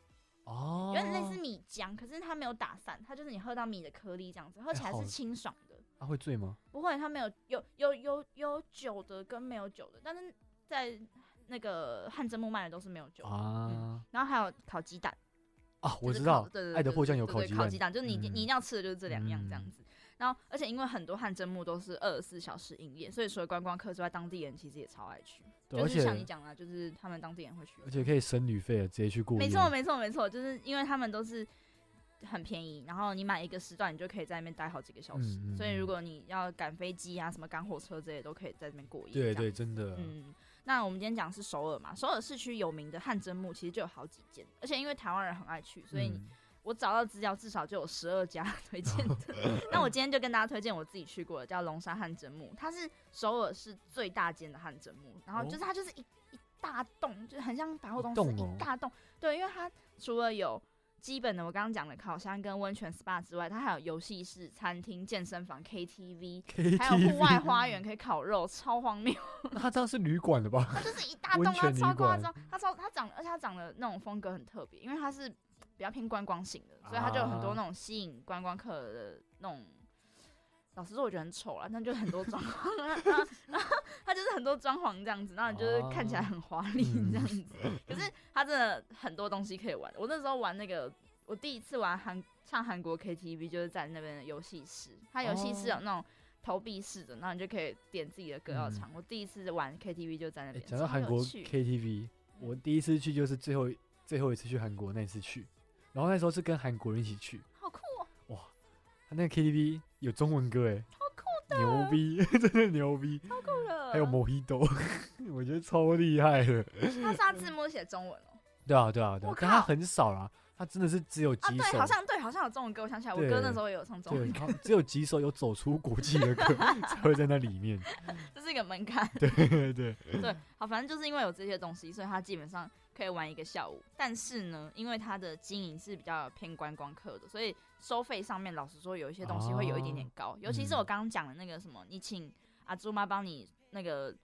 [SPEAKER 3] 哦，
[SPEAKER 1] 有点类似米浆，可是它没有打散，它就是你喝到米的颗粒这样子，喝起来
[SPEAKER 3] 哎好
[SPEAKER 1] 是清爽的，
[SPEAKER 3] 他啊会醉吗？
[SPEAKER 1] 不会，它没有有有有有酒的跟没有酒的，但是在那个汗蒸木卖的都是没有酒的，
[SPEAKER 3] 啊
[SPEAKER 1] 然后还有烤鸡蛋。
[SPEAKER 3] 啊，我
[SPEAKER 1] 嗯就是
[SPEAKER 3] 知
[SPEAKER 1] 烤
[SPEAKER 3] 道
[SPEAKER 1] 对对，对
[SPEAKER 3] 爱的迫降有
[SPEAKER 1] 对
[SPEAKER 3] 烤
[SPEAKER 1] 对
[SPEAKER 3] 鸡
[SPEAKER 1] 烤
[SPEAKER 3] 蛋
[SPEAKER 1] 鸡，蛋，就是你一定
[SPEAKER 3] 嗯
[SPEAKER 1] 你一定要吃的就是这两样这样
[SPEAKER 3] 嗯
[SPEAKER 1] 子。然后，而且因为很多汗蒸木都是二十四小时营业，所以除了观光客之外，当地人其实也超爱去。
[SPEAKER 3] 对
[SPEAKER 1] 就
[SPEAKER 3] 而
[SPEAKER 1] 是像你
[SPEAKER 3] 且
[SPEAKER 1] 讲的，啊就是他们当地人会去。
[SPEAKER 3] 而且可以省旅费了，啊直接去过夜。
[SPEAKER 1] 没错，没错，没错，就是因为他们都是很便宜，然后你买一个时段，你就可以在那边待好几个小时。
[SPEAKER 3] 嗯嗯
[SPEAKER 1] 所以如
[SPEAKER 3] 嗯
[SPEAKER 1] 果你要赶飞机啊、什么赶火车之类的，都可以在那边过夜。
[SPEAKER 3] 对
[SPEAKER 1] 这样
[SPEAKER 3] 对，真的，
[SPEAKER 1] 嗯，那我们今天讲的是首尔嘛，首尔市区有名的汗蒸木其实就有好几间，而且因为台湾人很爱去，所以你
[SPEAKER 3] 嗯
[SPEAKER 1] 我找到资料至少就有十二家 推荐 的。那我今天就跟大家推荐我自己去过的，叫龙山汗蒸木，它是首尔市最大间的汗蒸木，然后
[SPEAKER 3] 哦
[SPEAKER 1] 就是它就是一一大栋，就是很像百货公
[SPEAKER 3] 一
[SPEAKER 1] 司
[SPEAKER 3] 栋哦
[SPEAKER 1] 一大栋。对，因为它除了有基本的我刚刚讲的烤箱跟温泉 SPA 之外，它还有游戏室、餐厅、健身房、KTV，
[SPEAKER 3] KTV
[SPEAKER 1] 还有户外花园可以烤肉，超荒谬。
[SPEAKER 3] 那他这样是旅馆了吧？
[SPEAKER 1] 它就是一大
[SPEAKER 3] 温
[SPEAKER 1] 栋啊，
[SPEAKER 3] 泉旅
[SPEAKER 1] 超夸
[SPEAKER 3] 馆
[SPEAKER 1] 张，它超它长，而且它长的那种风格很特别，因为它是比较偏观光型的，所以它就有很多
[SPEAKER 3] 啊
[SPEAKER 1] 那种吸引观光客的那种。老实说，我觉得很丑啦，但就很多装潢，然 后然后它就是很多装潢这样子，然后你就是看起来很华丽
[SPEAKER 3] 嗯
[SPEAKER 1] 这样子。可是它真的很多东西可以玩。我那时候玩那个，我第一次玩韩唱韩国 KTV，就是在那边的游戏室，它游戏室
[SPEAKER 3] 哦
[SPEAKER 1] 有那种投币式的，然后你就可以点自己的歌要唱。
[SPEAKER 3] 嗯
[SPEAKER 1] 我第一次玩 KTV 就在那
[SPEAKER 3] 欸
[SPEAKER 1] 边，
[SPEAKER 3] 讲到
[SPEAKER 1] 超
[SPEAKER 3] 韩
[SPEAKER 1] 有
[SPEAKER 3] 国
[SPEAKER 1] 趣
[SPEAKER 3] KTV，我第一次去就是最后最后一次去韩国那一次去，然后那时候是跟韩国人一起去，
[SPEAKER 1] 好酷哦、
[SPEAKER 3] 他那个 KTV 有中文歌哎，
[SPEAKER 1] 好酷啊
[SPEAKER 3] 牛逼， 真的牛逼，
[SPEAKER 1] 了！
[SPEAKER 3] 嗯还有 Mojito，我 觉得超厉害的。
[SPEAKER 1] 他上字幕写中文哦、
[SPEAKER 3] 对啊，对啊，对
[SPEAKER 1] 我
[SPEAKER 3] 啊，但他
[SPEAKER 1] 靠
[SPEAKER 3] 很少啦，他真的是只有
[SPEAKER 1] 啊，
[SPEAKER 3] 几
[SPEAKER 1] 对，
[SPEAKER 3] 首
[SPEAKER 1] 好，像对，好像有中文歌，我想起来，我哥
[SPEAKER 3] 对
[SPEAKER 1] 那时候也有唱中
[SPEAKER 3] 对，
[SPEAKER 1] 文歌，
[SPEAKER 3] 然后只有几首有走出国际的歌 才会在那里面。
[SPEAKER 1] 这是一个门槛。
[SPEAKER 3] 对对，
[SPEAKER 1] 对，好，反正就是因为有这些东西，所以它基本上可以玩一个下午。但是呢，因为它的经营是比较偏观光客的，所以收费上面老实说，有一些东西会有一点
[SPEAKER 3] 哦
[SPEAKER 1] 点高，尤
[SPEAKER 3] 嗯
[SPEAKER 1] 其是我刚刚讲的那个什么，你请阿朱妈帮你那个。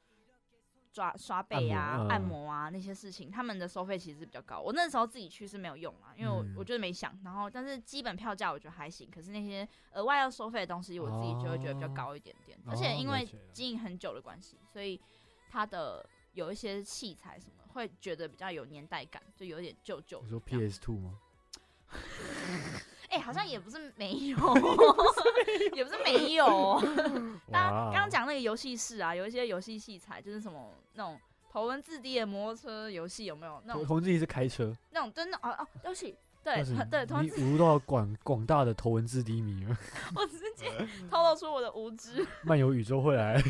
[SPEAKER 1] 抓刷背啊、
[SPEAKER 3] 按摩嗯
[SPEAKER 1] 按摩啊那些事情，他们的收费其实比较高。我那时候自己去是没有用啊，因为我、
[SPEAKER 3] 嗯
[SPEAKER 1] 我就是没想。然后，但是基本票价我觉得还行，可是那些额外要收费的东西，我自己就会觉得比较
[SPEAKER 3] 哦
[SPEAKER 1] 高一点点。
[SPEAKER 3] 哦
[SPEAKER 1] 而且因
[SPEAKER 3] 了
[SPEAKER 1] 为
[SPEAKER 3] 解了
[SPEAKER 1] 经营很久的关系，所以它的有一些器材什么会觉得比较有年代感，就有点旧旧的
[SPEAKER 3] 你
[SPEAKER 1] 这
[SPEAKER 3] 说
[SPEAKER 1] 样。
[SPEAKER 3] PS Two 吗？
[SPEAKER 1] 哎、好像也不是 没有，也不是没有。哦大家
[SPEAKER 3] 哇
[SPEAKER 1] 刚刚讲那个游戏室啊，有一些游戏器材就是什么那种头文字 D 的摩托车游戏，有没有那
[SPEAKER 3] 同
[SPEAKER 1] 种
[SPEAKER 3] 同志也是开车，
[SPEAKER 1] 那种真的哦哦，对不起，对
[SPEAKER 3] 但是
[SPEAKER 1] 对，头文
[SPEAKER 3] 你
[SPEAKER 1] 字
[SPEAKER 3] 侮辱到广广大的头文字 D 迷了。
[SPEAKER 1] 我直接头露出我的无 知。
[SPEAKER 3] 漫游宇宙 会来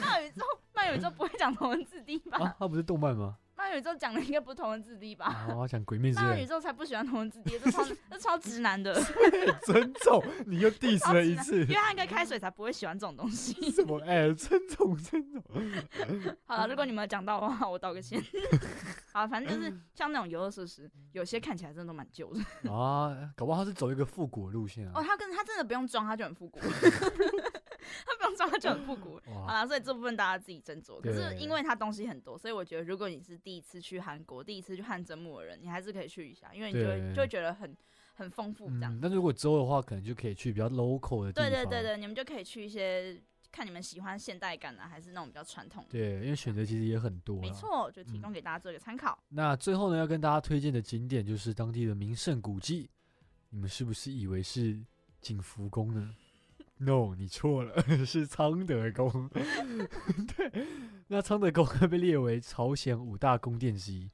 [SPEAKER 1] 漫游宇宙，漫游宇宙不会讲同文字 D 吧？
[SPEAKER 3] 啊？它不是动漫吗？
[SPEAKER 1] 漫游宇宙讲的应该不是同文字 D 吧？
[SPEAKER 3] 啊，我要讲鬼灭之
[SPEAKER 1] 漫游宇
[SPEAKER 3] 刃，
[SPEAKER 1] 宙才不喜欢同文字 D，这超这超直男的。
[SPEAKER 3] 尊重你又 diss 了一次
[SPEAKER 1] 约，翰跟开水才不会喜欢这种东西。
[SPEAKER 3] 什么？哎，尊重尊重，
[SPEAKER 1] 好了，如果你们有讲到的话，我道个歉。 好，反正
[SPEAKER 3] 嗯
[SPEAKER 1] 就是像那种游乐设施，有些看起来真的都蛮旧的。
[SPEAKER 3] 啊，搞不好他是走一个复古的路线
[SPEAKER 1] 哦，
[SPEAKER 3] 啊。
[SPEAKER 1] 他跟他真的不用装，他就很复古。 他不用装，他就很复古。好
[SPEAKER 3] 哇，
[SPEAKER 1] 啦，所以这部分大家自己斟酌。可是
[SPEAKER 3] 对
[SPEAKER 1] 因为它东西很多，所以我觉得如果你是第一次去韩国、第一次去汗蒸木的人，你还是可以去一下，因为你就会
[SPEAKER 3] 对
[SPEAKER 1] 就会觉得很很丰富这样。
[SPEAKER 3] 嗯，那如果之后的话，可能就可以去比较 local 的地
[SPEAKER 1] 对
[SPEAKER 3] 方。
[SPEAKER 1] 对对对，你们就可以去一些看你们喜欢现代感啊，还是那种比较传统的。
[SPEAKER 3] 对，因嗯为选择其实也很多。啊
[SPEAKER 1] 没。错，就提供给大家做一个参考。
[SPEAKER 3] 那最后呢，要跟大家推荐的景点就是当地的名胜古迹。你们是不是以为是景福宫呢？No，你错了， 是昌德宫。 对，那昌德宫被列为朝鲜五大宫殿之一。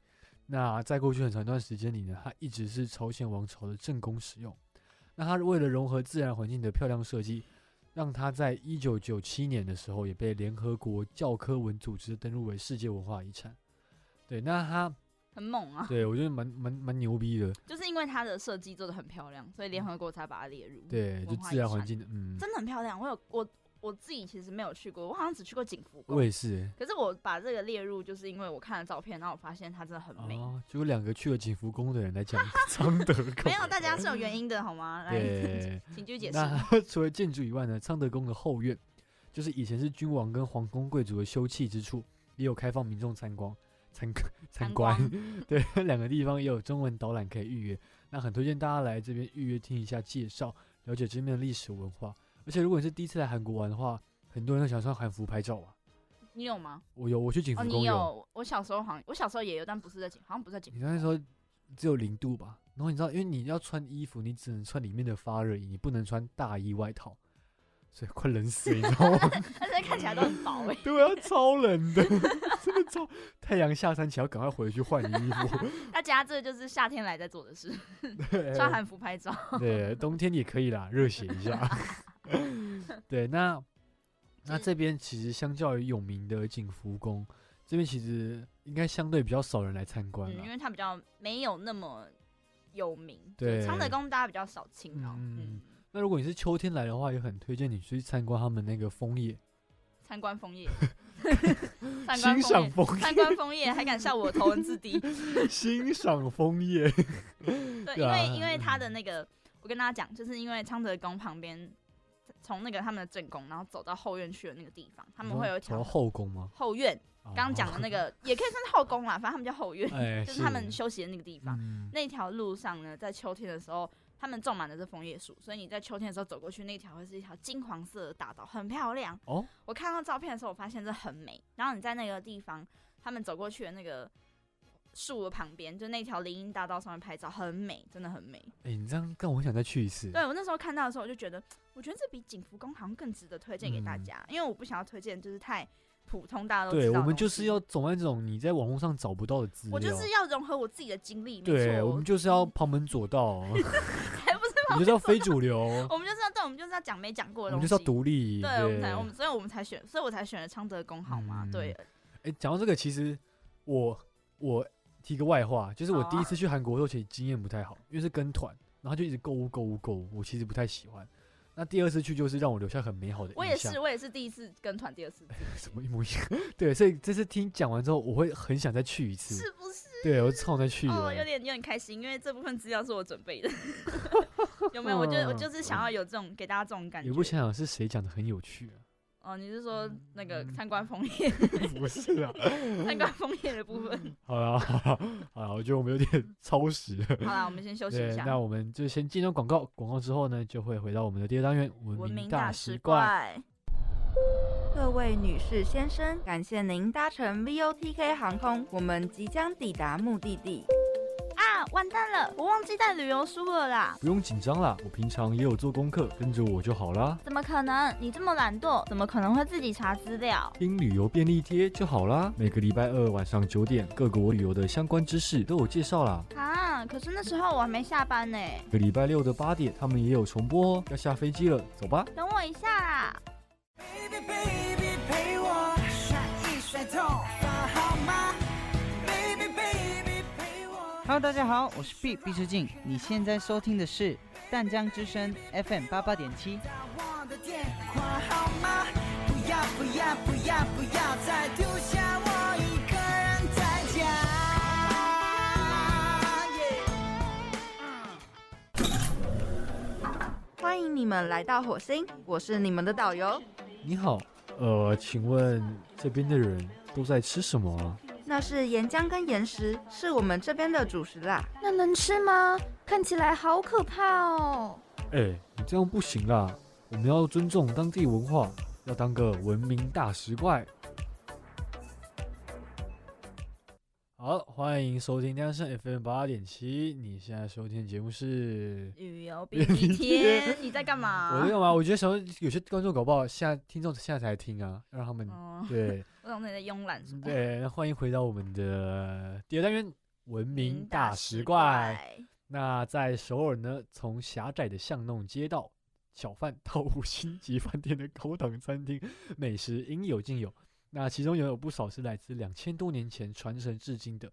[SPEAKER 3] 那在过去很长一段时间里呢，它一直是朝鲜王朝的正宫使用。那它为了融合自然环境的漂亮设计，让它在一九九七年的时候也被联合国教科文组织登录为世界文化遗产。对，那它
[SPEAKER 1] 很猛 啊！
[SPEAKER 3] 对，我觉得蛮蛮蛮牛逼的。
[SPEAKER 1] 就是因为它的设计做的很漂亮，所以联合国才把它列入。
[SPEAKER 3] 嗯对，就
[SPEAKER 1] 文化
[SPEAKER 3] 自
[SPEAKER 1] 遗
[SPEAKER 3] 然环
[SPEAKER 1] 产
[SPEAKER 3] 境的，嗯，
[SPEAKER 1] 真的很漂亮。我有我我自己其实没有去过，我好像只去过景福
[SPEAKER 3] 我
[SPEAKER 1] 宫。
[SPEAKER 3] 也是。欸
[SPEAKER 1] 可是我把这个列入，就是因为我看了照片，然后我发现它真的很美。
[SPEAKER 3] 哦，就两个去了景福宫的人 来讲昌德宫，
[SPEAKER 1] 没有，大 家是有原因的好吗？来，
[SPEAKER 3] 对，
[SPEAKER 1] 请继续解释。
[SPEAKER 3] 那 除了建筑以外呢，昌德宫的后院就是以前是君王跟皇宫贵族的休憩之处，也有开放民众参观。参参
[SPEAKER 1] 参
[SPEAKER 3] 观，
[SPEAKER 1] 观
[SPEAKER 3] 对，两个地方也有中文导览可以预约，那很推荐大家来这边预约听一下介绍，了解这边的历史文化。而且如果你是第一次来韩国玩的话，很多人都想穿韩服拍照啊。
[SPEAKER 1] 你有吗？
[SPEAKER 3] 我有，我去景福
[SPEAKER 1] 哦，
[SPEAKER 3] 宫
[SPEAKER 1] 你有。我小时候好像，我小时候也有，但不是在景，好像不是在景 福
[SPEAKER 3] 你
[SPEAKER 1] 宫。
[SPEAKER 3] 那时候只有零度吧？然后你知道，因为你要穿衣服，你只能穿里面的发热衣，你不能穿大衣外套，所以快冷死了，你知道吗？
[SPEAKER 1] 但是看起来都很薄哎、
[SPEAKER 3] 对啊，超冷的，真的超。太阳下山前要赶快回去换衣服，
[SPEAKER 1] 大家这就是夏天来在做的事，
[SPEAKER 3] 对
[SPEAKER 1] 穿韩服拍照。
[SPEAKER 3] 对，冬天也可以啦，热血 一下。对，
[SPEAKER 1] 嗯
[SPEAKER 3] 那那
[SPEAKER 1] 就是
[SPEAKER 3] 这边其实相较于有名的景福宫，这边其实应该相对比较少人来参观
[SPEAKER 1] 嗯，
[SPEAKER 3] 了
[SPEAKER 1] 因。为它比较没有那么有名，
[SPEAKER 3] 对
[SPEAKER 1] 昌德宫大家比较少听到，
[SPEAKER 3] 嗯
[SPEAKER 1] 嗯，
[SPEAKER 3] 那如果你是秋天来的话，也很推荐你去参观他们那个枫叶，
[SPEAKER 1] 参观枫 叶，参观枫
[SPEAKER 3] 欣赏
[SPEAKER 1] 叶，
[SPEAKER 3] 枫
[SPEAKER 1] 参观枫叶，还敢笑我头文字 D？
[SPEAKER 3] 叶，欣赏枫叶。
[SPEAKER 1] 对，
[SPEAKER 3] 对
[SPEAKER 1] 因
[SPEAKER 3] 啊
[SPEAKER 1] 为因为它的那个，我跟大家讲，就是因为昌德宫旁边，从那个他们的正宫，然后走到后院去的那个地方，他们会有一
[SPEAKER 3] 走到
[SPEAKER 1] 条
[SPEAKER 3] 后宫吗？
[SPEAKER 1] 后院，
[SPEAKER 3] 啊
[SPEAKER 1] 刚刚讲的那，个也可以算是后宫啦，反正他们叫后院，
[SPEAKER 3] 哎，
[SPEAKER 1] 就是他们休息的那个地方。
[SPEAKER 3] 嗯
[SPEAKER 1] 那条路上呢，在秋天的时候，他们种满了这枫叶树，所以你在秋天的时候走过去，那条会是一条金黄色的大道，很漂亮。
[SPEAKER 3] 哦，
[SPEAKER 1] 我看到照片的时候，我发现这很美。然后你在那个地方，他们走过去的那个树的旁边，就那条林荫大道上面拍照，很美，真的很美。
[SPEAKER 3] 哎，你这样让我很想再去一次。
[SPEAKER 1] 对我那时候看到的时候，我就觉得，我觉得这比景福宫好像更值得推荐给大
[SPEAKER 3] 嗯
[SPEAKER 1] 家，因为我不想要推荐就是太普通大家都知
[SPEAKER 3] 对，
[SPEAKER 1] 道的
[SPEAKER 3] 我们
[SPEAKER 1] 东
[SPEAKER 3] 就是
[SPEAKER 1] 西。
[SPEAKER 3] 要走那种你在网络上找不到的资料。
[SPEAKER 1] 我就是要融合我自己的经历，没
[SPEAKER 3] 对，
[SPEAKER 1] 错，
[SPEAKER 3] 我们就是要旁门左 道，
[SPEAKER 1] 才不是
[SPEAKER 3] 我们就是要非主流，
[SPEAKER 1] 我们就是要对，我们就是要讲没讲过
[SPEAKER 3] 我
[SPEAKER 1] 的
[SPEAKER 3] 们
[SPEAKER 1] 东
[SPEAKER 3] 就
[SPEAKER 1] 西。
[SPEAKER 3] 是要独立。
[SPEAKER 1] 对，我们才我们，所以我们才选，所以我才选了昌德宫，好吗？
[SPEAKER 3] 嗯
[SPEAKER 1] 对，
[SPEAKER 3] 哎，讲到这个，其实我我提个外话，就是我
[SPEAKER 1] 好啊
[SPEAKER 3] 第一次去韩国的时候，其实经验不太好，因为是跟团，然后就一直购物购物购物，我其实不太喜欢。那第二次去就是让我留下很美好的印象。
[SPEAKER 1] 我也是，我也是第一次跟团，第二 次，
[SPEAKER 3] 什么一模一样？对，所以这次听讲完之后，我会很想再去一次。
[SPEAKER 1] 是不是？
[SPEAKER 3] 对，啊我超想再去
[SPEAKER 1] 哦，
[SPEAKER 3] 了。
[SPEAKER 1] 有点有点开心，因为这部分资料是我准备 的，有没有？我就我就是想要有这种给大家这种感
[SPEAKER 3] 嗯也不
[SPEAKER 1] 觉。
[SPEAKER 3] 想想是谁讲的很有趣啊？
[SPEAKER 1] 哦，你是说那个
[SPEAKER 3] 嗯
[SPEAKER 1] 参观枫叶、
[SPEAKER 3] 不是啊，
[SPEAKER 1] 参观枫叶的部分？
[SPEAKER 3] 好了好了好了，我觉得我们有点 超时了。
[SPEAKER 1] 好啦，我们先休息一
[SPEAKER 3] 对，
[SPEAKER 1] 下。
[SPEAKER 3] 那我们就先进入广告，广告之后呢，就会回到我们的第二单元——
[SPEAKER 1] 文
[SPEAKER 3] 文
[SPEAKER 1] 明
[SPEAKER 3] 明
[SPEAKER 1] 大
[SPEAKER 3] 使
[SPEAKER 1] 使
[SPEAKER 3] 馆。
[SPEAKER 1] 怪，
[SPEAKER 6] 各位女士、先生，感谢您搭乘 VOTK 航空，我们即将抵达目的地。
[SPEAKER 1] 啊，完蛋了，我忘记带旅游书了啦！
[SPEAKER 3] 不用紧张啦，我平常也有做功课，跟着我就好啦。
[SPEAKER 1] 怎么可能？你这么懒惰，怎么可能会自己查资料？
[SPEAKER 3] 听旅游便利贴就好啦。每个礼拜二晚上九点，各国旅游的相关知识都有介绍啦。
[SPEAKER 1] 啊，可是那时候我还没下班呢。
[SPEAKER 3] 每个礼拜六的八点，他们也有重播哦。要下飞机了，走吧。
[SPEAKER 1] 等我一下啦。
[SPEAKER 7] Baby baby 陪我甩一甩头发好吗？Baby baby 陪我。
[SPEAKER 8] Hello，大家好，我是毕毕志静，你现在收听的是淡江之声 FM 八八点七。
[SPEAKER 7] 打我的电话好吗？不要不要不要不要再丢下我一个人在家。
[SPEAKER 6] 欢迎你们来到火星，我是你们的导游。
[SPEAKER 3] 你好，呃，请问这边的人都在吃什么啊？
[SPEAKER 6] 那是岩浆跟岩石，是我们这边的主食啦。
[SPEAKER 2] 那能吃吗？看起来好可怕哦！
[SPEAKER 3] 哎、你这样不行啦，我们要尊重当地文化，要当个文明大食怪。好，欢迎收听江盛 FM 八点七，你现在收听的节目是。
[SPEAKER 1] 旅游
[SPEAKER 3] 便利贴，
[SPEAKER 1] 你在干
[SPEAKER 3] 我
[SPEAKER 1] 嘛
[SPEAKER 3] 没？有啊，我觉得想说有些观众搞不好现在听众现在才听啊，让他们、
[SPEAKER 1] 哦，
[SPEAKER 3] 对
[SPEAKER 1] 我想你在慵懒什么？
[SPEAKER 3] 对，那欢迎回到我们的第二单元《文明大食怪》。那在首尔呢，从狭窄的巷弄街道、小贩到五星级饭店的高档餐厅，美食应有尽有。那其中也有不少是来自两千多年前传承至今的。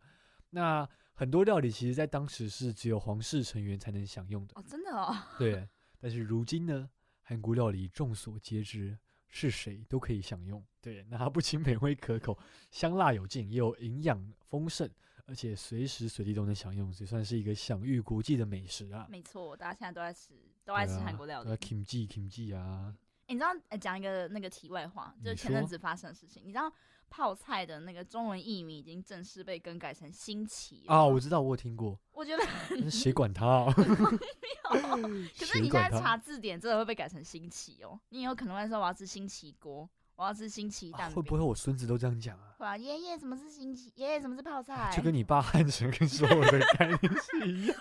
[SPEAKER 3] 那很多料理其实在当时是只有皇室成员才能享用的，
[SPEAKER 1] 哦，真的哦，
[SPEAKER 3] 对。但是如今呢，韩国料理众所皆知，是谁都可以享用。对，那它不仅美味可口，香辣有劲，也有营养丰盛，而且随时随地都能享用，也算是一个享誉国际的美食啊。
[SPEAKER 1] 没错，大家现在都在吃，都爱吃韩国料理。
[SPEAKER 3] 对啊，kimchi kimchi 啊，
[SPEAKER 1] 欸你知道，呃讲、一个那个题外话，就是
[SPEAKER 3] 你
[SPEAKER 1] 前阵
[SPEAKER 3] 说
[SPEAKER 1] 子发生的事情。你知道泡菜的那个中文译名已经正式被更改成新奇了
[SPEAKER 3] 啊，
[SPEAKER 1] 吗
[SPEAKER 3] 我知道，我有听过，
[SPEAKER 1] 我 觉得
[SPEAKER 3] 但是谁管他、啊？
[SPEAKER 1] 可是
[SPEAKER 3] 谁
[SPEAKER 1] 你现在
[SPEAKER 3] 管
[SPEAKER 1] 查
[SPEAKER 3] 他？啊
[SPEAKER 1] 字典，真的会被改成新奇哦。你以后可能会说我要吃新奇锅，我要吃新奇
[SPEAKER 3] 啊
[SPEAKER 1] 蛋饼、
[SPEAKER 3] 会不会我孙子都这样讲啊？
[SPEAKER 1] 会啊？爷爷什么是新奇？爷爷什么是泡菜？
[SPEAKER 3] 就跟你爸汉城跟说我的概 念是一样。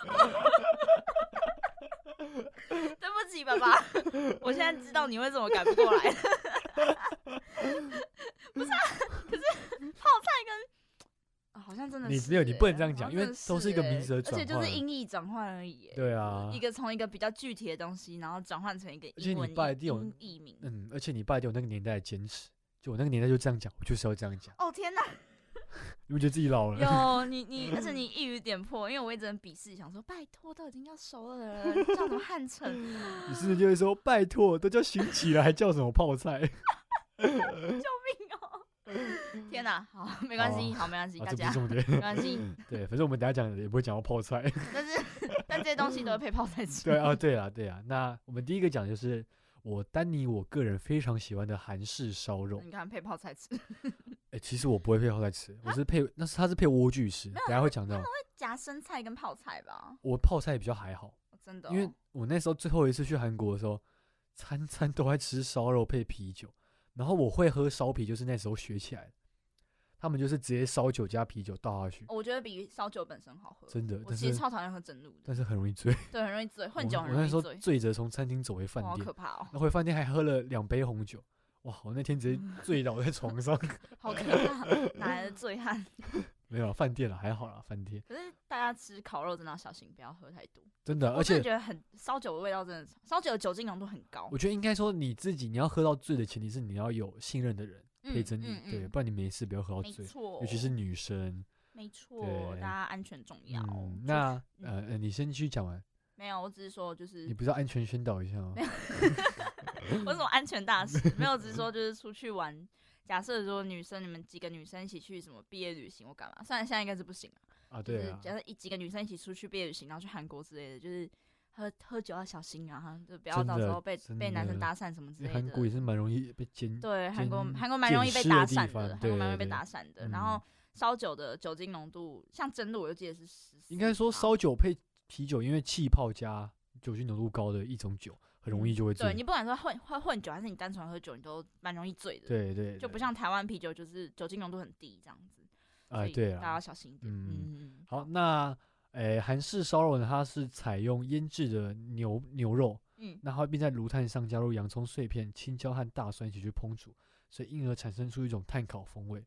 [SPEAKER 1] 对不起，爸爸， 我现在知道你为什么改不过来了。 不是、啊，可是泡菜跟、啊好像真的
[SPEAKER 3] 你
[SPEAKER 1] 是
[SPEAKER 3] 没有你
[SPEAKER 1] 欸
[SPEAKER 3] 不能这样讲
[SPEAKER 1] 好像
[SPEAKER 3] 因为
[SPEAKER 1] 真的
[SPEAKER 3] 都是一个名词的
[SPEAKER 1] 欸而且就
[SPEAKER 3] 转
[SPEAKER 1] 是
[SPEAKER 3] 换
[SPEAKER 1] 音译转换而已欸。
[SPEAKER 3] 对啊
[SPEAKER 1] 一，个从一个比较具体的东西，然后转换成一个
[SPEAKER 3] 且
[SPEAKER 1] 英
[SPEAKER 3] 你
[SPEAKER 1] 文
[SPEAKER 3] 爸
[SPEAKER 1] 译
[SPEAKER 3] 一定有
[SPEAKER 1] 英译名。
[SPEAKER 3] 嗯，而且你爸也有那个年代的坚持，就我那个年代就这样讲，我就是要这样讲。
[SPEAKER 1] 哦天哪！
[SPEAKER 3] 你不觉得自己老了？
[SPEAKER 1] 有你你，而且你一语点破，因为我一直很鄙视，想说拜托，都已经要熟了，叫什么汉城？
[SPEAKER 3] 你是不是就会说拜托，都叫新奇了，还叫什么泡菜？
[SPEAKER 1] 天哪！好，没关系，
[SPEAKER 3] 哦
[SPEAKER 1] 好，没关系，
[SPEAKER 3] 啊，
[SPEAKER 1] 大
[SPEAKER 3] 这不
[SPEAKER 1] 家
[SPEAKER 3] 是重点。
[SPEAKER 1] 没关系。
[SPEAKER 3] 对，反正我们等一下讲也不会讲到泡菜。
[SPEAKER 1] 但是 但这些东西都会配泡菜吃。
[SPEAKER 3] 对啊，对啊，对啊。那我们第一个讲就是我丹尼，我个人非常喜欢的韩式烧肉。
[SPEAKER 1] 你看配泡菜吃，
[SPEAKER 3] 哎、其实我不会配泡菜吃，
[SPEAKER 1] 啊
[SPEAKER 3] 我是配那是它是配莴苣丝，等一下会讲到。
[SPEAKER 1] 夹生菜跟泡菜吧，
[SPEAKER 3] 我泡菜比较还好，
[SPEAKER 1] 哦真的哦、
[SPEAKER 3] 因为我那时候最后一次去韩国的时候，餐餐都在吃烧肉配啤酒，然后我会喝烧啤，就是那时候学起来的。他们就是直接烧酒加啤酒倒下去，
[SPEAKER 1] 我觉得比烧酒本身好喝。
[SPEAKER 3] 真的
[SPEAKER 1] 哦我
[SPEAKER 3] 但
[SPEAKER 1] 其实
[SPEAKER 3] 是
[SPEAKER 1] 超讨厌喝整露的，
[SPEAKER 3] 但是很容易醉。
[SPEAKER 1] 对，很容易醉，
[SPEAKER 3] 我
[SPEAKER 1] 混酒
[SPEAKER 3] 我
[SPEAKER 1] 很
[SPEAKER 3] 那
[SPEAKER 1] 容
[SPEAKER 3] 时候
[SPEAKER 1] 易醉，
[SPEAKER 3] 醉着从餐厅走回饭
[SPEAKER 1] 哇好
[SPEAKER 3] 店
[SPEAKER 1] 可， 怕哦，
[SPEAKER 3] 那回饭店还喝了两杯红酒。哇！我那天 直接醉倒在床上，
[SPEAKER 1] 好可怕， 哪来的醉汉？
[SPEAKER 3] 没有啦啊饭店了，还好啦，饭店
[SPEAKER 1] 可是大家吃烤肉真的要小心，不要喝太多。
[SPEAKER 3] 真的，
[SPEAKER 1] 我
[SPEAKER 3] 呃而
[SPEAKER 1] 真
[SPEAKER 3] 且
[SPEAKER 1] 的觉得很烧酒的味道真的，烧酒的酒精浓度很高
[SPEAKER 3] 我。觉得应该说你自己，你要喝到醉的前提是你要有信任的人陪
[SPEAKER 1] 嗯
[SPEAKER 3] 着你，
[SPEAKER 1] 嗯
[SPEAKER 3] 对，
[SPEAKER 1] 嗯
[SPEAKER 3] 不然你没事不要喝到
[SPEAKER 1] 没
[SPEAKER 3] 醉，
[SPEAKER 1] 错，
[SPEAKER 3] 尤其是女生。
[SPEAKER 1] 没错，
[SPEAKER 3] 对
[SPEAKER 1] 大家安全重要。
[SPEAKER 3] 嗯，
[SPEAKER 1] 就
[SPEAKER 3] 那
[SPEAKER 1] 嗯
[SPEAKER 3] 呃呃，你先去讲完，
[SPEAKER 1] 没有，我只是说就是
[SPEAKER 3] 你不是要安全宣导一下吗？
[SPEAKER 1] 我是我安全大使，没有，只是说就是出去玩。假设说女生，你们几个女生一起去什么毕业旅行或干嘛？虽然现在应该是不行了，
[SPEAKER 3] 啊，
[SPEAKER 1] 就
[SPEAKER 3] 对
[SPEAKER 1] 是
[SPEAKER 3] 啊，
[SPEAKER 1] 假设一几个女生一起出去毕业旅行，然后去韩国之类的，就是喝喝酒要小心啊，就不要
[SPEAKER 3] 真
[SPEAKER 1] 到时
[SPEAKER 3] 的
[SPEAKER 1] 候被
[SPEAKER 3] 真
[SPEAKER 1] 被男生
[SPEAKER 3] 的
[SPEAKER 1] 搭讪什么之
[SPEAKER 3] 因
[SPEAKER 1] 类
[SPEAKER 3] 为韩国也
[SPEAKER 1] 的。
[SPEAKER 3] 是蛮容易被奸，
[SPEAKER 1] 对，韩国
[SPEAKER 3] 奸
[SPEAKER 1] 韩国蛮容易被
[SPEAKER 3] 奸
[SPEAKER 1] 搭
[SPEAKER 3] 尸的
[SPEAKER 1] 讪
[SPEAKER 3] 地方
[SPEAKER 1] 的，韩国蛮容易被
[SPEAKER 3] 对对
[SPEAKER 1] 搭讪的。然后
[SPEAKER 3] 嗯
[SPEAKER 1] 烧酒的酒精浓度，像真露我就记得是十，
[SPEAKER 3] 应该
[SPEAKER 1] 啊
[SPEAKER 3] 说烧酒配啤酒，因为气泡加酒精浓度高的一种酒，很容易就会
[SPEAKER 1] 嗯对
[SPEAKER 3] 醉
[SPEAKER 1] 你。不管说混混混酒还是你单纯喝酒，你都蛮容易醉的。，
[SPEAKER 3] 对对，
[SPEAKER 1] 就
[SPEAKER 3] 对
[SPEAKER 1] 不像台湾啤酒，就是酒精浓度很低这样子。
[SPEAKER 3] 啊
[SPEAKER 1] 所，以
[SPEAKER 3] 对
[SPEAKER 1] 大家要
[SPEAKER 3] 啊。
[SPEAKER 1] 小心一点。
[SPEAKER 3] 嗯
[SPEAKER 1] 嗯，
[SPEAKER 3] 好，那诶，韩式烧肉呢，它是采用腌制的牛牛肉，
[SPEAKER 1] 嗯，
[SPEAKER 3] 那它并在炉炭上加入洋葱碎片、青椒和大蒜一起去烹煮，所以因而产生出一种炭烤风味。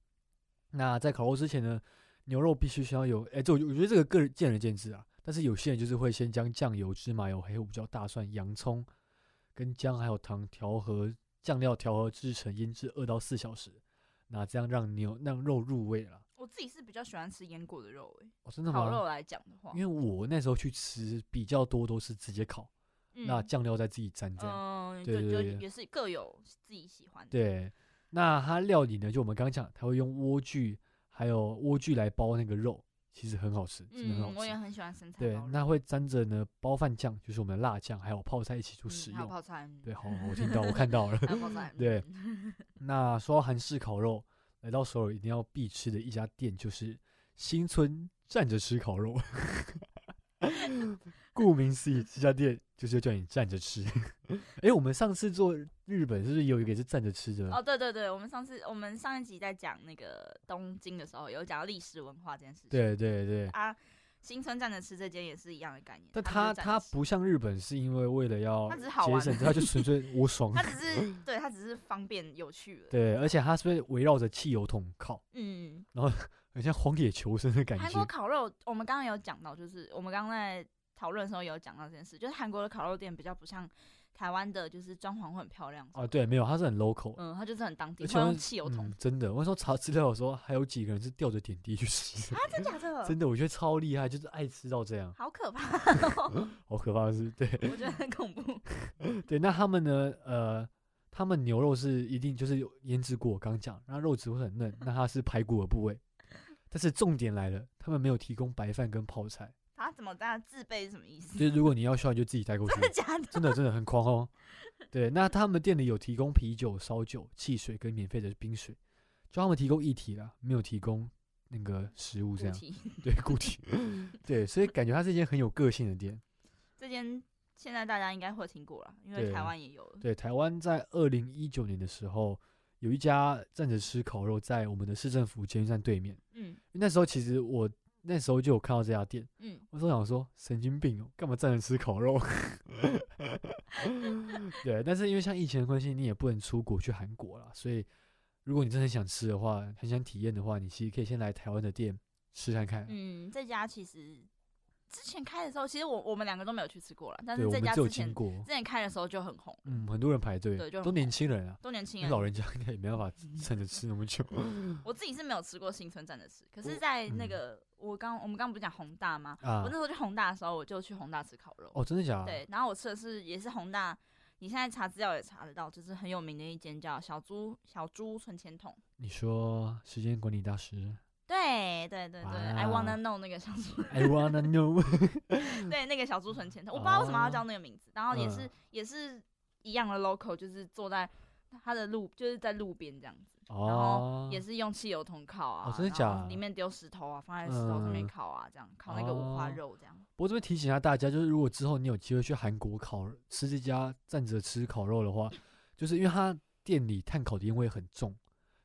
[SPEAKER 3] 那在烤肉之前呢，牛肉必须需要有，哎、这我我觉得这个个人见仁见智啊。但是有些人就是会先将酱油、芝麻油、黑胡椒、大蒜、洋葱跟姜还有糖调和酱料调和制成，腌制二到四小时。那这样让牛让肉入味了。
[SPEAKER 1] 我自己是比较喜欢吃腌过的肉、欸，
[SPEAKER 3] 哦，真的
[SPEAKER 1] 烤肉
[SPEAKER 3] 吗？
[SPEAKER 1] 来讲的话，
[SPEAKER 3] 因为我那时候去吃比较多都是直接烤，那
[SPEAKER 1] 嗯
[SPEAKER 3] 酱料再自己沾这样。
[SPEAKER 1] 嗯，
[SPEAKER 3] 对
[SPEAKER 1] 就
[SPEAKER 3] 对
[SPEAKER 1] 就
[SPEAKER 3] 对
[SPEAKER 1] 也是各有自己喜欢的。，
[SPEAKER 3] 对，那它料理呢，就我们刚刚讲，它会用莴苣还有莴苣来包那个肉，其实很好吃，真的很好
[SPEAKER 1] 嗯，
[SPEAKER 3] 吃。
[SPEAKER 1] 我也很喜欢生菜
[SPEAKER 3] 对
[SPEAKER 1] 包，
[SPEAKER 3] 那
[SPEAKER 1] 肉
[SPEAKER 3] 会沾着呢包饭酱，就是我们的辣酱，还有泡菜一起去
[SPEAKER 1] 嗯
[SPEAKER 3] 使
[SPEAKER 1] 还有
[SPEAKER 3] 用。
[SPEAKER 1] 泡菜，嗯
[SPEAKER 3] 对，好，我听到，我看 到了。
[SPEAKER 1] 还有泡菜，
[SPEAKER 3] 对
[SPEAKER 1] 嗯，
[SPEAKER 3] 那说到韩式烤肉，来到首尔一定要必吃的一家店就是新村站着吃烤肉。 顾名思义，这家店就是要叫你站着吃。 哎、我们上次做日本是不是有一个也是站着吃的？
[SPEAKER 1] 哦，对对对，我们上次我们上一集在讲那个东京的时候，有讲到历史文化这件事情。
[SPEAKER 3] 对对对，
[SPEAKER 1] 啊，新村站着吃这间也是一样的概念。
[SPEAKER 3] 但
[SPEAKER 1] 它就
[SPEAKER 3] 他
[SPEAKER 1] 是站着
[SPEAKER 3] 他
[SPEAKER 1] 吃
[SPEAKER 3] 不像日本，是因为为了要
[SPEAKER 1] 它只是好
[SPEAKER 3] 节
[SPEAKER 1] 玩
[SPEAKER 3] 省，他就纯粹我爽。
[SPEAKER 1] 它只是对它只是方便有趣了。
[SPEAKER 3] 对，而且他是不是围绕着汽油桶烤，
[SPEAKER 1] 嗯，
[SPEAKER 3] 很像荒野求生的感
[SPEAKER 1] 韩
[SPEAKER 3] 觉
[SPEAKER 1] 国。烤肉，我们刚刚有讲到，就是我们刚刚在讨论的时候有讲到这件事，就是韩国的烤肉店比较不像台湾的，就是装潢会很漂亮。
[SPEAKER 3] 啊，对，没有，他是很 local，的、
[SPEAKER 1] 嗯，它就是很当地，会
[SPEAKER 3] 而且我
[SPEAKER 1] 用
[SPEAKER 3] 那
[SPEAKER 1] 汽油桶
[SPEAKER 3] 嗯。，真的，我那时候查资料的时候，还有几个人是吊着点滴去吃的，
[SPEAKER 1] 啊，真假的？
[SPEAKER 3] 真的，我觉得超厉害，就是爱吃到这样，
[SPEAKER 1] 好可怕、哦，
[SPEAKER 3] 好可怕的是， 对
[SPEAKER 1] 我觉得很恐怖。
[SPEAKER 3] 对。那他们呢？呃，他们牛肉是一定就是有腌制过，我刚讲，那肉质会很嫩，那它是排骨的 部位。但是重点来了，他们没有提供白饭跟泡菜，
[SPEAKER 1] 他怎么大家自备是什么意思？
[SPEAKER 3] 就是如果你要需要，你就自己带过去
[SPEAKER 1] 真。的假的？
[SPEAKER 3] 真的真的很狂哦。对，那他们店里有提供啤酒、烧酒、汽水跟免费的冰水，就他们提供一体啦，没有提供那个食物这
[SPEAKER 1] 主
[SPEAKER 3] 样。
[SPEAKER 1] 题
[SPEAKER 3] 对，固体。 对，所以感觉它是一间很有个性的店。
[SPEAKER 1] 这间现在大家应该会听过了，因为
[SPEAKER 3] 对
[SPEAKER 1] 台湾也有了。
[SPEAKER 3] 对，台湾在二零一九年的时候，有一家站着吃烤肉在我们的市政府捷运站对面。
[SPEAKER 1] 嗯
[SPEAKER 3] 因为那时候其实我那时候就有看到这家店，
[SPEAKER 1] 嗯，
[SPEAKER 3] 我都想说神经病哦，干嘛站着吃烤肉？ 对，但是因为像疫情的关系，你也不能出国去韩国啦，所以如果你真的很想吃的话，很想体验的话，你其实可以先来台湾的店吃看看。
[SPEAKER 1] 嗯，这家其实之前开的时候，其实我我们两个都没有去吃过了，但
[SPEAKER 3] 对，
[SPEAKER 1] 是
[SPEAKER 3] 我
[SPEAKER 1] 这
[SPEAKER 3] 们
[SPEAKER 1] 家
[SPEAKER 3] 只有
[SPEAKER 1] 之前
[SPEAKER 3] 经过，
[SPEAKER 1] 之前开的时候就很红，
[SPEAKER 3] 嗯，很多人排队
[SPEAKER 1] 对就，很
[SPEAKER 3] 都年轻人啊，
[SPEAKER 1] 都年轻
[SPEAKER 3] 那
[SPEAKER 1] 人。
[SPEAKER 3] 老人家应该也没办法站着吃那么久。
[SPEAKER 1] 我自己是没有吃过新村站的吃，可是，
[SPEAKER 3] 我
[SPEAKER 1] 在那
[SPEAKER 3] 嗯
[SPEAKER 1] 个我刚我们刚不是讲宏大吗？
[SPEAKER 3] 啊
[SPEAKER 1] 我那时候去宏大的时候，我就去宏大吃烤肉。
[SPEAKER 3] 哦，真的假的？
[SPEAKER 1] 对，然后我吃的是也是宏大，你现在查资料也查得到，就是很有名的一间叫小猪小猪存钱筒。
[SPEAKER 3] 你说时间管理大师
[SPEAKER 1] 对对对对，I
[SPEAKER 3] 哇
[SPEAKER 1] wanna know 那个小 猪，
[SPEAKER 3] ，I wanna know
[SPEAKER 1] 对那个小猪存钱筒，我不知道为什么要叫那个名字。然后也是、
[SPEAKER 3] 哦嗯
[SPEAKER 1] 也是一样的 local，就是坐在它的路，就是在路边这样子。 然
[SPEAKER 3] 哦
[SPEAKER 1] 后，也是用汽油桶烤啊，
[SPEAKER 3] 哦真的
[SPEAKER 1] 然后
[SPEAKER 3] 假的
[SPEAKER 1] 里面丢石头啊，放在石头上面
[SPEAKER 3] 嗯
[SPEAKER 1] 烤啊，这样烤那个五花
[SPEAKER 3] 哦
[SPEAKER 1] 肉这样。
[SPEAKER 3] 不过这边提醒一下大家，就是如果之后你有机会去韩国烤吃这家站着吃烤肉的话，就是因为它店里碳烤的烟味很重，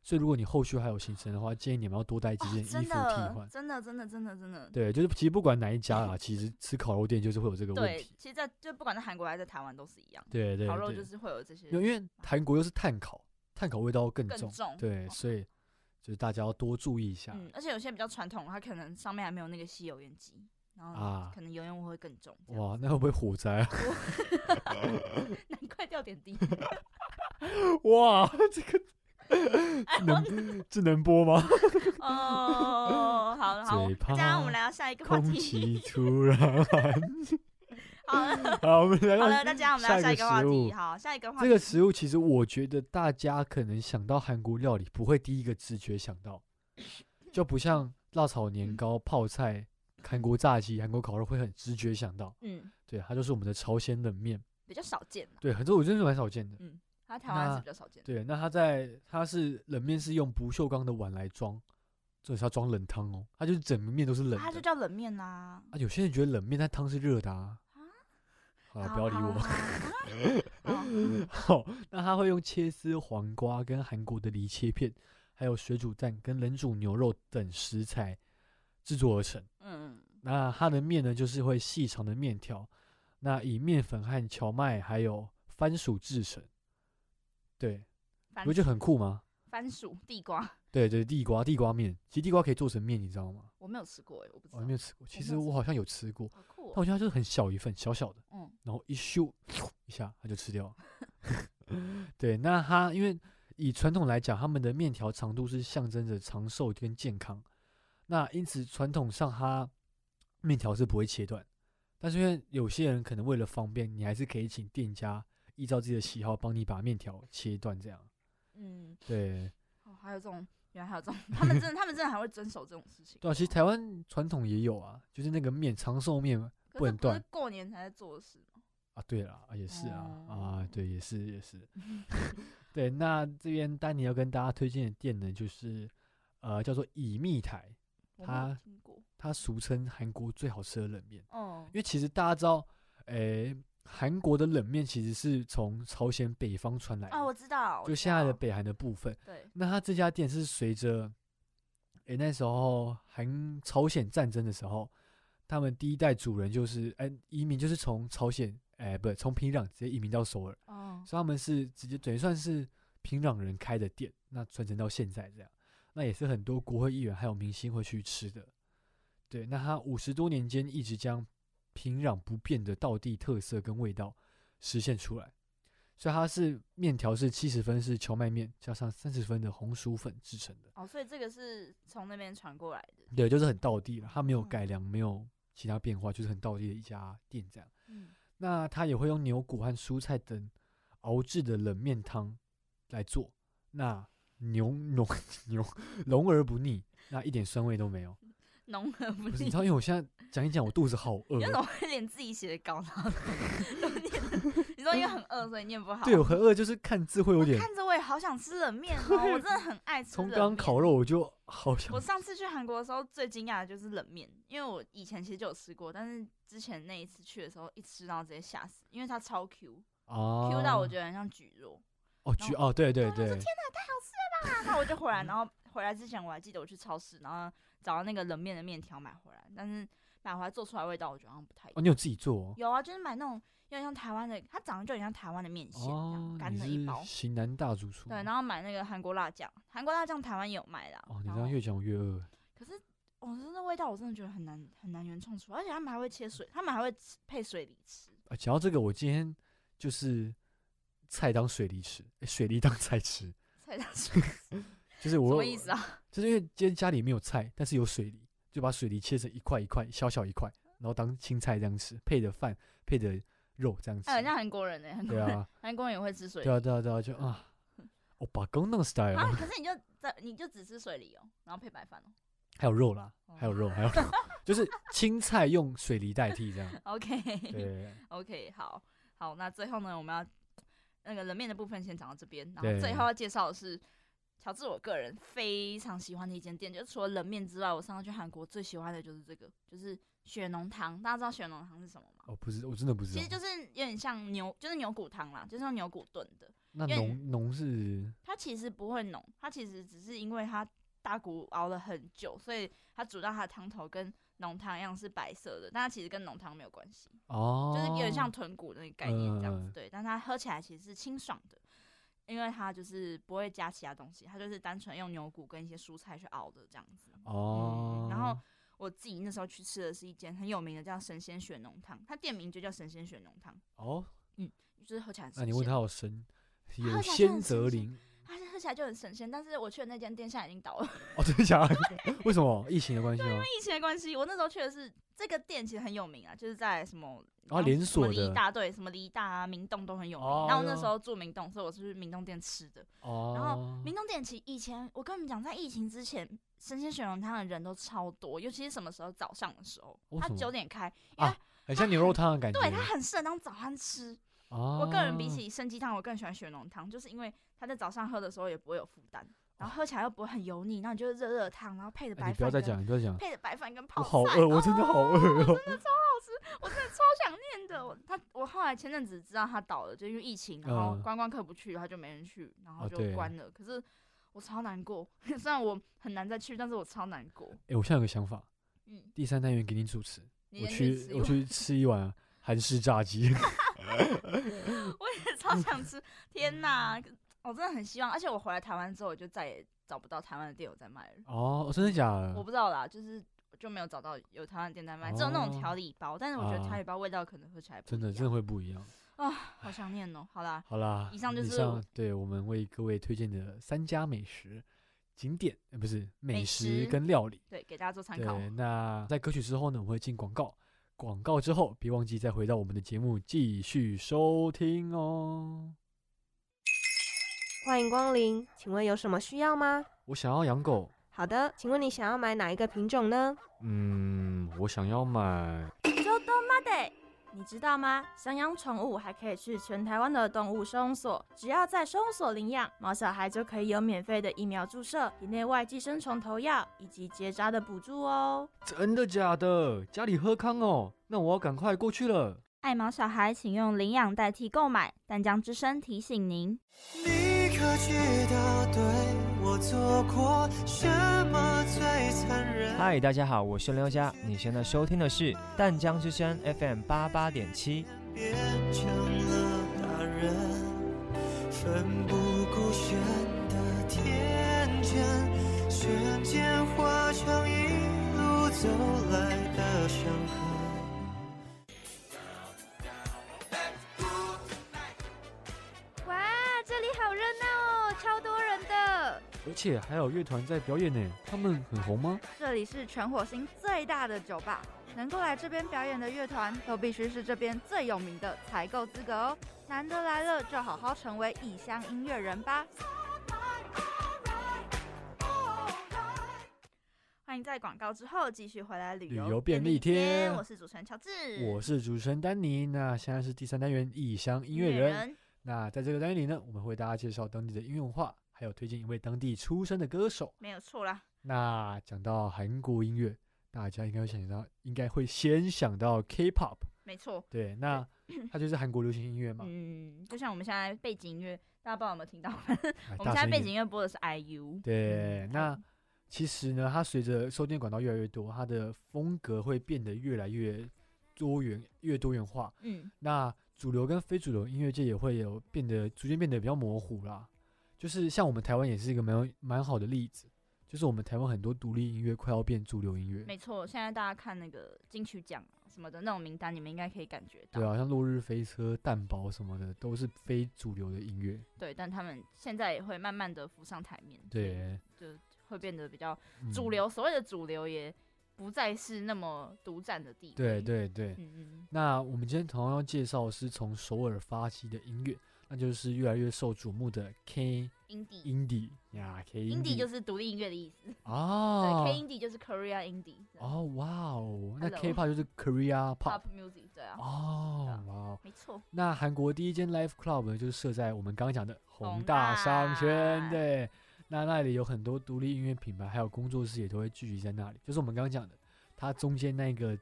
[SPEAKER 3] 所以如果你后续还有行程的话，建议你们要多带几件衣服
[SPEAKER 1] 哦真
[SPEAKER 3] 替
[SPEAKER 1] 的
[SPEAKER 3] 换。，
[SPEAKER 1] 真的，真的，真的，真的。
[SPEAKER 3] 对，就是其实不管哪一家 啦，其实吃烤肉店就是会有这个问
[SPEAKER 1] 对
[SPEAKER 3] 题，。
[SPEAKER 1] 其实在就不管在韩国还是在台湾都是一样，
[SPEAKER 3] 对对
[SPEAKER 1] 烤肉就
[SPEAKER 3] 对，
[SPEAKER 1] 是会有这些
[SPEAKER 3] 因为因为韩国又是碳烤，碳烤味道更
[SPEAKER 1] 更
[SPEAKER 3] 重，
[SPEAKER 1] 重。
[SPEAKER 3] 对，
[SPEAKER 1] 哦
[SPEAKER 3] 所以就是大家要多注意一下。
[SPEAKER 1] 嗯，而且有些比较传统的，它可能上面还没有那个吸油烟机，然后
[SPEAKER 3] 啊
[SPEAKER 1] 可能油烟味会更重。这样
[SPEAKER 3] 哇，那会不会火灾啊？
[SPEAKER 1] 难怪掉点滴。
[SPEAKER 3] 哇，这个
[SPEAKER 1] 哎，
[SPEAKER 3] 能 这能播吗？
[SPEAKER 1] 哦，好了好，
[SPEAKER 3] 嘴
[SPEAKER 1] 接下来我们
[SPEAKER 3] 巴
[SPEAKER 1] 来到下一个话
[SPEAKER 3] 空
[SPEAKER 1] 题。
[SPEAKER 3] 气突 然寒。
[SPEAKER 1] 好了，
[SPEAKER 3] 好，我们来
[SPEAKER 1] 好
[SPEAKER 3] 到
[SPEAKER 1] 了，大家我们来到下
[SPEAKER 3] 哎下
[SPEAKER 1] 一
[SPEAKER 3] 一
[SPEAKER 1] 个
[SPEAKER 3] 个
[SPEAKER 1] 话
[SPEAKER 3] 食
[SPEAKER 1] 题。
[SPEAKER 3] 物
[SPEAKER 1] 好，下一个话
[SPEAKER 3] 这
[SPEAKER 1] 题。
[SPEAKER 3] 个食物其实我觉得大家可能想到韩国料理，不会第一个直觉想 到，就不像辣炒年糕、泡菜、韩国炸鸡、韩国烤肉会很直觉想到。
[SPEAKER 1] 嗯，
[SPEAKER 3] 对，它就是我们的朝鲜冷面。
[SPEAKER 1] 比较少见啊，
[SPEAKER 3] 对，很多我真的蛮少见的。
[SPEAKER 1] 它台湾是
[SPEAKER 3] 那
[SPEAKER 1] 比较少见的。
[SPEAKER 3] 对，那它在它是冷面是用不锈钢的碗来装，这是要装冷汤哦，它就是整个面都是冷的。
[SPEAKER 1] 它就叫冷面啦。
[SPEAKER 3] 啊，有些人觉得冷面但汤是热的啊。好啊
[SPEAKER 1] 啊
[SPEAKER 3] 了，不要理我。
[SPEAKER 1] 好。好好
[SPEAKER 3] 好，那他会用切丝黄瓜跟韩国的梨切片，还有水煮蛋跟冷煮牛肉等食材制作而成。
[SPEAKER 1] 嗯，
[SPEAKER 3] 那它的面呢，就是会细长的面条，那以面粉和荞麦还有番薯制成。对，
[SPEAKER 1] 番
[SPEAKER 3] 不觉得很酷吗？
[SPEAKER 1] 番薯、地瓜，
[SPEAKER 3] 对对，地瓜地瓜面，其实地瓜可以做成面，你知道吗？
[SPEAKER 1] 我没有吃过哎、我不知
[SPEAKER 3] 我、
[SPEAKER 1] 道，
[SPEAKER 3] 哦没有吃过，其
[SPEAKER 1] 没
[SPEAKER 3] 实
[SPEAKER 1] 有
[SPEAKER 3] 我
[SPEAKER 1] 吃
[SPEAKER 3] 好像有吃过，
[SPEAKER 1] 好酷
[SPEAKER 3] 但
[SPEAKER 1] 哦、
[SPEAKER 3] 我觉得它就是很小一份，小小的，
[SPEAKER 1] 嗯，
[SPEAKER 3] 然后一咻一下它就吃掉了。 对，那它因为以传统来讲，他们的面条长度是象征着长寿跟健康，那因此传统上它面条是不会切断，但是因为有些人可能为了方便，你还是可以请店家依照自己的喜好帮你把面条切断，这样。
[SPEAKER 1] 嗯，
[SPEAKER 3] 对，
[SPEAKER 1] 哦，还有这种，原来还有这种，他们真的，他们真的还会遵守这种事情。
[SPEAKER 3] 对啊，其实台湾传统也有啊，就是那个面长寿面嘛
[SPEAKER 1] 可
[SPEAKER 3] 不
[SPEAKER 1] 是
[SPEAKER 3] 能
[SPEAKER 1] 这不是
[SPEAKER 3] 断
[SPEAKER 1] 过年才在做的事吗？
[SPEAKER 3] 啊。对啦，啊也是啊、
[SPEAKER 1] 哦
[SPEAKER 3] 啊，对，也是 也是。对，那这边丹尼要跟大家推荐的店呢，就是呃叫做以蜜台，
[SPEAKER 1] 我没有
[SPEAKER 3] 他
[SPEAKER 1] 听过。
[SPEAKER 3] 它俗称韩国最好吃的冷面，
[SPEAKER 1] 嗯
[SPEAKER 3] 因，为其实大家知道，诶、韩国的冷面其实是从朝鲜北方传来的，
[SPEAKER 1] 哦，我知道，我
[SPEAKER 3] 就
[SPEAKER 1] 知
[SPEAKER 3] 现在的
[SPEAKER 1] 道
[SPEAKER 3] 北韩的部分。
[SPEAKER 1] 对，
[SPEAKER 3] 那它这家店是随着，诶、那时候韩朝鲜战争的时候，他们第一代主人就是，诶、移民就是从朝鲜，诶、不，从平壤直接移民到首尔，
[SPEAKER 1] 哦，
[SPEAKER 3] 所以他们是直接等于算是平壤人开的店，那传承到现在这样，那也是很多国会议员还有明星会去吃的。对，那它五十多年间一直将平壤不变的道地特色跟味道实现出来，所以它是面条是七十分是荞麦面加上三十分的红薯粉制成的，
[SPEAKER 1] 哦，所以这个是从那边传过来的。
[SPEAKER 3] 对，就是很道地了，它
[SPEAKER 1] 嗯
[SPEAKER 3] 没有改良，没有其他变化，就是很道地的一家店这样。
[SPEAKER 1] 嗯，
[SPEAKER 3] 那它也会用牛骨和蔬菜等熬制的冷面汤来做，那牛浓 牛浓而不腻，那一点酸味都没有。
[SPEAKER 1] 浓而不
[SPEAKER 3] 不是，你
[SPEAKER 1] 腻
[SPEAKER 3] 知。道，因为我现在讲一讲，我肚子好饿
[SPEAKER 1] 你为什
[SPEAKER 3] 哦。
[SPEAKER 1] 么会连自己写的稿然后都念得？你说因为很饿，所以念不好。
[SPEAKER 3] 对，我啊很饿，就是看字会有
[SPEAKER 1] 我
[SPEAKER 3] 点。
[SPEAKER 1] 看着我也好想吃冷面哦，我真的很爱吃。
[SPEAKER 3] 从刚刚烤。肉我就好想
[SPEAKER 1] 我，上次去韩国的时候，最惊讶的就是冷面，因为我以前其实就有吃过，但是之前那一次去的时候，一吃然后直接吓死，因为它超 Q，Q、
[SPEAKER 3] 啊
[SPEAKER 1] 到我觉得很像蒟蒻。
[SPEAKER 3] 哦，橘哦，对对
[SPEAKER 1] 然后我
[SPEAKER 3] 对
[SPEAKER 1] 说，天哪，太好吃了吧！然后我就
[SPEAKER 3] 嗯
[SPEAKER 1] 回来，然后回来之前我还记得我去超市，然后找到那个冷面的面条买回来，但是买回来做出来味道我觉得好像不太一
[SPEAKER 3] 哦，
[SPEAKER 1] 样。
[SPEAKER 3] 你有自己做哦
[SPEAKER 1] 有啊，就是买那种有点像台湾的，它长得就很像台湾的面线这样，
[SPEAKER 3] 哦，
[SPEAKER 1] 干
[SPEAKER 3] 你
[SPEAKER 1] 的一
[SPEAKER 3] 是
[SPEAKER 1] 包。
[SPEAKER 3] 型男大主厨。哦
[SPEAKER 1] 对，然后买那个韩国辣酱，韩国辣酱台湾也有卖的啊、
[SPEAKER 3] 哦，你
[SPEAKER 1] 然
[SPEAKER 3] 这样
[SPEAKER 1] 后
[SPEAKER 3] 越讲我越饿。
[SPEAKER 1] 可是我真的味道，我真的觉得很难很难原创出来，而且他们还会切水，他们还会吃配水梨吃。
[SPEAKER 3] 啊，讲到这个，我今天就是菜当水梨吃，诶水梨当菜吃，
[SPEAKER 1] 菜单水梨
[SPEAKER 3] 就是
[SPEAKER 1] 什
[SPEAKER 3] 我
[SPEAKER 1] 么意思啊？
[SPEAKER 3] 就是因为今天家里没有菜，但是有水梨，就把水梨切成一块一块小小一块，然后当青菜这样吃，配着饭，配着肉这样吃。
[SPEAKER 1] 哎，很像韩国人呢、韩国
[SPEAKER 3] 对
[SPEAKER 1] 人、
[SPEAKER 3] 啊，
[SPEAKER 1] 韩国人也会吃 水梨。
[SPEAKER 3] 对啊，对啊，对啊，就啊，我把刚那个 style，
[SPEAKER 1] 啊，
[SPEAKER 3] 哦
[SPEAKER 1] 可是你就在你就只吃水梨哦，然后配白饭哦。
[SPEAKER 3] 还有肉啦，
[SPEAKER 1] 哦
[SPEAKER 3] 还有肉，还 有肉，就是青菜用水梨代替这样。
[SPEAKER 1] OK
[SPEAKER 3] 对，
[SPEAKER 1] OK，好好，那最后呢，我们要那个冷面的部分先讲到这边，然
[SPEAKER 3] 对
[SPEAKER 1] 后最后要介绍的是。乔治，我个人非常喜欢的一间店，就除了冷面之外，我上次去韩国最喜欢的就是这个，就是雪浓汤。大家知道雪浓汤是什么吗？
[SPEAKER 3] 哦，不是，我真的不知道。
[SPEAKER 1] 其实就是有点像牛，就是牛骨汤啦，就是用牛骨炖的。
[SPEAKER 3] 那
[SPEAKER 1] 因为
[SPEAKER 3] 浓浓是
[SPEAKER 1] 它其实不会浓，它其实只是因为它大骨熬了很久，所以它煮到它的汤头跟浓汤一样是白色的，但它其实跟浓汤没有关系，
[SPEAKER 3] 哦，
[SPEAKER 1] 就是有点像豚骨那个概念这样子。
[SPEAKER 3] 嗯
[SPEAKER 1] 对，但它喝起来其实是清爽的，因为它就是不会加其他东西，它就是单纯用牛骨跟一些蔬菜去熬的这样子。
[SPEAKER 3] 哦
[SPEAKER 1] 嗯，然后我自己那时候去吃的是一间很有名的叫神仙雪浓汤，它店名就叫神仙雪浓汤，
[SPEAKER 3] 哦，
[SPEAKER 1] 就是喝起来很
[SPEAKER 3] 那你
[SPEAKER 1] 神
[SPEAKER 3] 问
[SPEAKER 1] 仙
[SPEAKER 3] 他有神，
[SPEAKER 1] 好想
[SPEAKER 3] 有仙
[SPEAKER 1] 象神
[SPEAKER 3] 则
[SPEAKER 1] 仙
[SPEAKER 3] 灵。
[SPEAKER 1] 它啊是喝起来就很神仙，但是我去的那间店现在已经倒了，
[SPEAKER 3] 哦，真的假的？为什么？疫情的关系吗？
[SPEAKER 1] 疫情的关系，我那时候去的是这个店，其实很有名啊，就是在什么
[SPEAKER 3] 啊，连
[SPEAKER 1] 什么
[SPEAKER 3] 锁
[SPEAKER 1] 梨
[SPEAKER 3] 的
[SPEAKER 1] 大对，什么梨大啊、明洞都很有名。
[SPEAKER 3] 哦
[SPEAKER 1] 然后我那时候住明洞，所以我是去明洞店吃的。
[SPEAKER 3] 哦，
[SPEAKER 1] 然后明洞店其实以前我跟你们讲，在疫情之前，神仙雪浓汤的人都超多，尤其是什么时候早上的时候
[SPEAKER 3] 为，
[SPEAKER 1] 它
[SPEAKER 3] 什么
[SPEAKER 1] 九点开，
[SPEAKER 3] 很像牛肉汤的感觉。
[SPEAKER 1] 对，它很适合当早餐吃。
[SPEAKER 3] 哦，
[SPEAKER 1] 我个人比起参鸡汤，我更喜欢雪浓汤，就是因为它在早上喝的时候也不会有负担，然后喝起来又不会很油腻，然后你就热热的汤，然后配着
[SPEAKER 3] 哦哎，
[SPEAKER 1] 白
[SPEAKER 3] 你不要
[SPEAKER 1] 饭
[SPEAKER 3] 再
[SPEAKER 1] 跟，
[SPEAKER 3] 讲，你不要再讲，
[SPEAKER 1] 配着白饭跟泡
[SPEAKER 3] 我
[SPEAKER 1] 菜，
[SPEAKER 3] 好饿，我真的好饿
[SPEAKER 1] 哦，
[SPEAKER 3] 哦。
[SPEAKER 1] 我真的超想念的。我他我后来前阵子知道他倒了，就因为疫情，然后
[SPEAKER 3] 嗯
[SPEAKER 1] 观光客不去，然后就没人去，然后
[SPEAKER 3] 哦
[SPEAKER 1] 就
[SPEAKER 3] 对
[SPEAKER 1] 关了。可 是我超难过，虽然我很难再去，但是我超难过。
[SPEAKER 3] 哎，我现在有个想法，
[SPEAKER 1] 嗯，
[SPEAKER 3] 第三单元给你主持，
[SPEAKER 1] 你
[SPEAKER 3] 我
[SPEAKER 1] 先去吃
[SPEAKER 3] 去
[SPEAKER 1] 一
[SPEAKER 3] 我
[SPEAKER 1] 碗
[SPEAKER 3] 去吃一碗韩式炸鸡。
[SPEAKER 1] 我也超想 吃，天哪！
[SPEAKER 3] 嗯
[SPEAKER 1] 我真的很希望，而且我回来台湾之后，我就再也找不到台湾的店有在卖了。
[SPEAKER 3] 哦，真的假
[SPEAKER 1] 我
[SPEAKER 3] 的？
[SPEAKER 1] 不知道啦，就是就没有找到有台湾店在卖，只有那种
[SPEAKER 3] 哦
[SPEAKER 1] 调理包。但是我觉得
[SPEAKER 3] 啊
[SPEAKER 1] 调理包味道可能喝起来不
[SPEAKER 3] 真的
[SPEAKER 1] 一
[SPEAKER 3] 真的
[SPEAKER 1] 样
[SPEAKER 3] 会不一样。
[SPEAKER 1] 好想念哦。好啦，
[SPEAKER 3] 好啦，
[SPEAKER 1] 以上就是
[SPEAKER 3] 对我们为各位推荐的三家美食景点，呃，不是美
[SPEAKER 1] 美
[SPEAKER 3] 食
[SPEAKER 1] 食
[SPEAKER 3] 跟料理。
[SPEAKER 1] 对，给大家做参考。
[SPEAKER 3] 对，那在歌曲之后呢，我们会进广告。广告之后，别忘记再回到我们的节目继续收听哦。
[SPEAKER 2] 欢迎光临，请问有什么需要吗？
[SPEAKER 3] 我想要养狗，
[SPEAKER 2] 好的，请问你想要买哪一个品种呢？
[SPEAKER 3] 嗯，我想要买，
[SPEAKER 9] 周东妈得，你知道吗？想养宠物还可以去全台湾的动物收容所，只要在收容所领养毛小孩，就可以有免费的疫苗注射、体内外寄生虫投药以及结扎的补助哦。
[SPEAKER 3] 真的假的？家里喝康哦，那我要赶快过去了。
[SPEAKER 10] 爱毛小孩，请用领养代替购买。淡江之声提醒您。
[SPEAKER 7] 你可知道对我做过什么最残忍？
[SPEAKER 11] 嗨，大家好，我是刘佳，你现在收听的是淡江之声 FM 八八点七。
[SPEAKER 7] 变成了大人，奋不顾身的天真，瞬间化成一路走来的伤痕。
[SPEAKER 12] 哇，这里好热闹哦，超多人的。
[SPEAKER 3] 而且还有乐团在表演呢，他们很红吗？
[SPEAKER 13] 这里是全火星最大的酒吧，能够来这边表演的乐团都必须是这边最有名的才够资格哦。难得来了，就好好成为异乡音乐人吧。
[SPEAKER 1] 欢迎在广告之后继续回来旅
[SPEAKER 3] 旅
[SPEAKER 1] 游
[SPEAKER 3] 游便利贴
[SPEAKER 1] 我是主持人乔治，
[SPEAKER 3] 我是主持人丹尼，那现在是第三单元异乡音乐人。那在这个单元里呢，我们会为大家介绍当地的音乐文化，还有推荐一位当地出生的歌手。
[SPEAKER 1] 没有错啦。
[SPEAKER 3] 那讲到韩国音乐，大家应该会想到，应该会先想到 K-pop。
[SPEAKER 1] 没错，
[SPEAKER 3] 对，那它就是韩国流行音乐嘛。
[SPEAKER 1] 嗯，就像我们现在背景音乐，大家不知道有没有听到？我们现
[SPEAKER 3] 哎大
[SPEAKER 1] 在
[SPEAKER 3] 声一
[SPEAKER 1] 背景音
[SPEAKER 3] 点。
[SPEAKER 1] 乐播的是 IU。
[SPEAKER 3] 对，
[SPEAKER 1] 嗯
[SPEAKER 3] 那其实呢，它随着收听管道越来越多，它的风格会变得越来越多元，越多元化。
[SPEAKER 1] 嗯，
[SPEAKER 3] 那主流跟非主流音乐界也会有变得逐渐变得比较模糊啦。就是像我们台湾也是一个蛮有蛮好的例子，就是我们台湾很多独立音乐快要变主流音乐，
[SPEAKER 1] 没错，现在大家看那个金曲奖什么的那种名单，你们应该可以感觉到。
[SPEAKER 3] 对啊，像落日飞车、蛋堡什么的都是非主流的音乐，
[SPEAKER 1] 对但他们现在也会慢慢的浮上台面，所以
[SPEAKER 3] 对，
[SPEAKER 1] 就会变得比较
[SPEAKER 3] 嗯
[SPEAKER 1] 主，流。所谓的主流也不再是那么独占的地
[SPEAKER 3] 对
[SPEAKER 1] 位。，
[SPEAKER 3] 对对。
[SPEAKER 1] 嗯嗯，
[SPEAKER 3] 那我们今天同样要介绍的是从首尔发起的音乐，那就是越来越受瞩目的 K
[SPEAKER 1] indie
[SPEAKER 3] indie 呀，K
[SPEAKER 1] indie 就
[SPEAKER 3] 啊
[SPEAKER 1] 是独立音乐的意思。
[SPEAKER 3] 哦
[SPEAKER 1] 对，K indie 就是 Korea indie。
[SPEAKER 3] 哦哇哦，那
[SPEAKER 1] Hello
[SPEAKER 3] K-pop 就是 Korea pop
[SPEAKER 1] pop music 对啊，
[SPEAKER 3] 哦，哇哦！
[SPEAKER 1] 没错，
[SPEAKER 3] 那韩国第一间 live club 呢，就是设在我们刚刚讲的宏
[SPEAKER 1] 宏
[SPEAKER 3] 大商圈，
[SPEAKER 1] 大
[SPEAKER 3] 对。那那里有很多独立音乐品牌，还有工作室也都会聚集在那里。就是我们刚刚讲的，它中间那个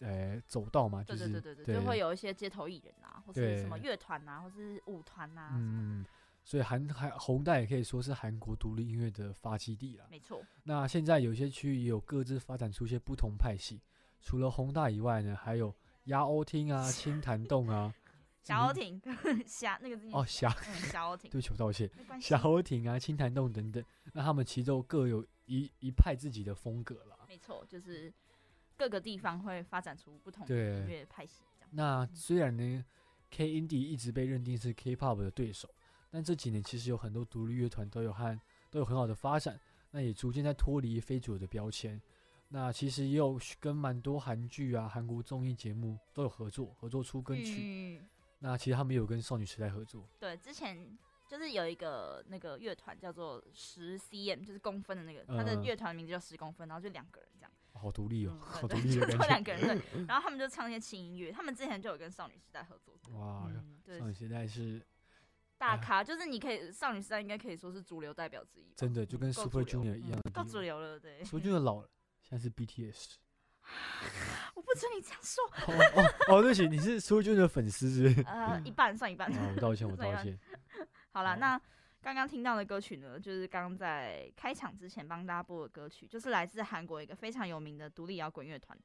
[SPEAKER 3] 呃走道嘛，就
[SPEAKER 1] 对
[SPEAKER 3] 是
[SPEAKER 1] 对对对对，就会有一些街头艺人啊，或
[SPEAKER 3] 对
[SPEAKER 1] 是什么乐团啊，或是舞团啊，什么
[SPEAKER 3] 嗯，所以韩韩宏大也可以说是韩国独立音乐的发基地啦。
[SPEAKER 1] 没错，
[SPEAKER 3] 那现在有些区域也有各自发展出一些不同派系，除了宏大以外呢，还有亚欧 厅啊、青潭洞啊、
[SPEAKER 1] 小欧 艇，霞那个字念
[SPEAKER 3] 哦霞，
[SPEAKER 1] 嗯，小欧艇，
[SPEAKER 3] 对不起，我道歉。
[SPEAKER 1] 没 关系
[SPEAKER 3] 小，欧艇啊、青潭洞等等，那他们其实都各有一一派自己的风格啦。
[SPEAKER 1] 没错，就是各个地方会发展出不同的
[SPEAKER 3] 对
[SPEAKER 1] 音乐派系，这样
[SPEAKER 3] 那虽然呢，K indie 一直被认定是 K-pop 的对手，但这几年其实有很多独立乐团都有和都有很好的发展，那也逐渐在脱离非主流的标签。那其实也有跟蛮多韩剧啊、韩国综艺节目都有合作，合作出歌曲。
[SPEAKER 1] 嗯，
[SPEAKER 3] 那其实他们也有跟少女时代合作，
[SPEAKER 1] 对，之前。就是有一个那个乐团叫做十 cm，就是公分的那个，他的
[SPEAKER 3] 嗯
[SPEAKER 1] 乐团名字叫十公分，然后就两个人这样，
[SPEAKER 3] 好独立哦，
[SPEAKER 1] 嗯
[SPEAKER 3] 好独
[SPEAKER 1] 对
[SPEAKER 3] 立
[SPEAKER 1] 对，
[SPEAKER 3] 的
[SPEAKER 1] 就
[SPEAKER 3] 感
[SPEAKER 1] 就两
[SPEAKER 3] 觉。
[SPEAKER 1] 个人 对，然后他们就唱一些轻音乐，他们之前就有跟少女时代合作过，
[SPEAKER 3] 哇，
[SPEAKER 1] 嗯，对
[SPEAKER 3] 少，女时代是
[SPEAKER 1] 大
[SPEAKER 3] 啊
[SPEAKER 1] 咖，就是你可以少女时代应该可以说是主流代表之一吧，
[SPEAKER 3] 真的就跟
[SPEAKER 1] 够
[SPEAKER 3] Super
[SPEAKER 1] 主
[SPEAKER 3] Junior
[SPEAKER 1] 流
[SPEAKER 3] 一样的
[SPEAKER 1] 嗯够
[SPEAKER 3] 地
[SPEAKER 1] 主
[SPEAKER 3] 位
[SPEAKER 1] 流了，对。
[SPEAKER 3] ，Super Junior 老了，现在是 BTS。
[SPEAKER 1] 我不准你这样说，
[SPEAKER 3] 哦哦哦，对不起，你是苏俊的粉丝是不是？
[SPEAKER 1] 呃，一半算一半。
[SPEAKER 3] 啊，我道歉，我
[SPEAKER 1] 算一
[SPEAKER 3] 道
[SPEAKER 1] 半
[SPEAKER 3] 歉。
[SPEAKER 1] 好了，
[SPEAKER 3] 好
[SPEAKER 1] 那刚刚听到的歌曲呢，就是刚在开场之前帮大家播的歌曲，就是来自韩国一个非常有名的独立摇滚乐团，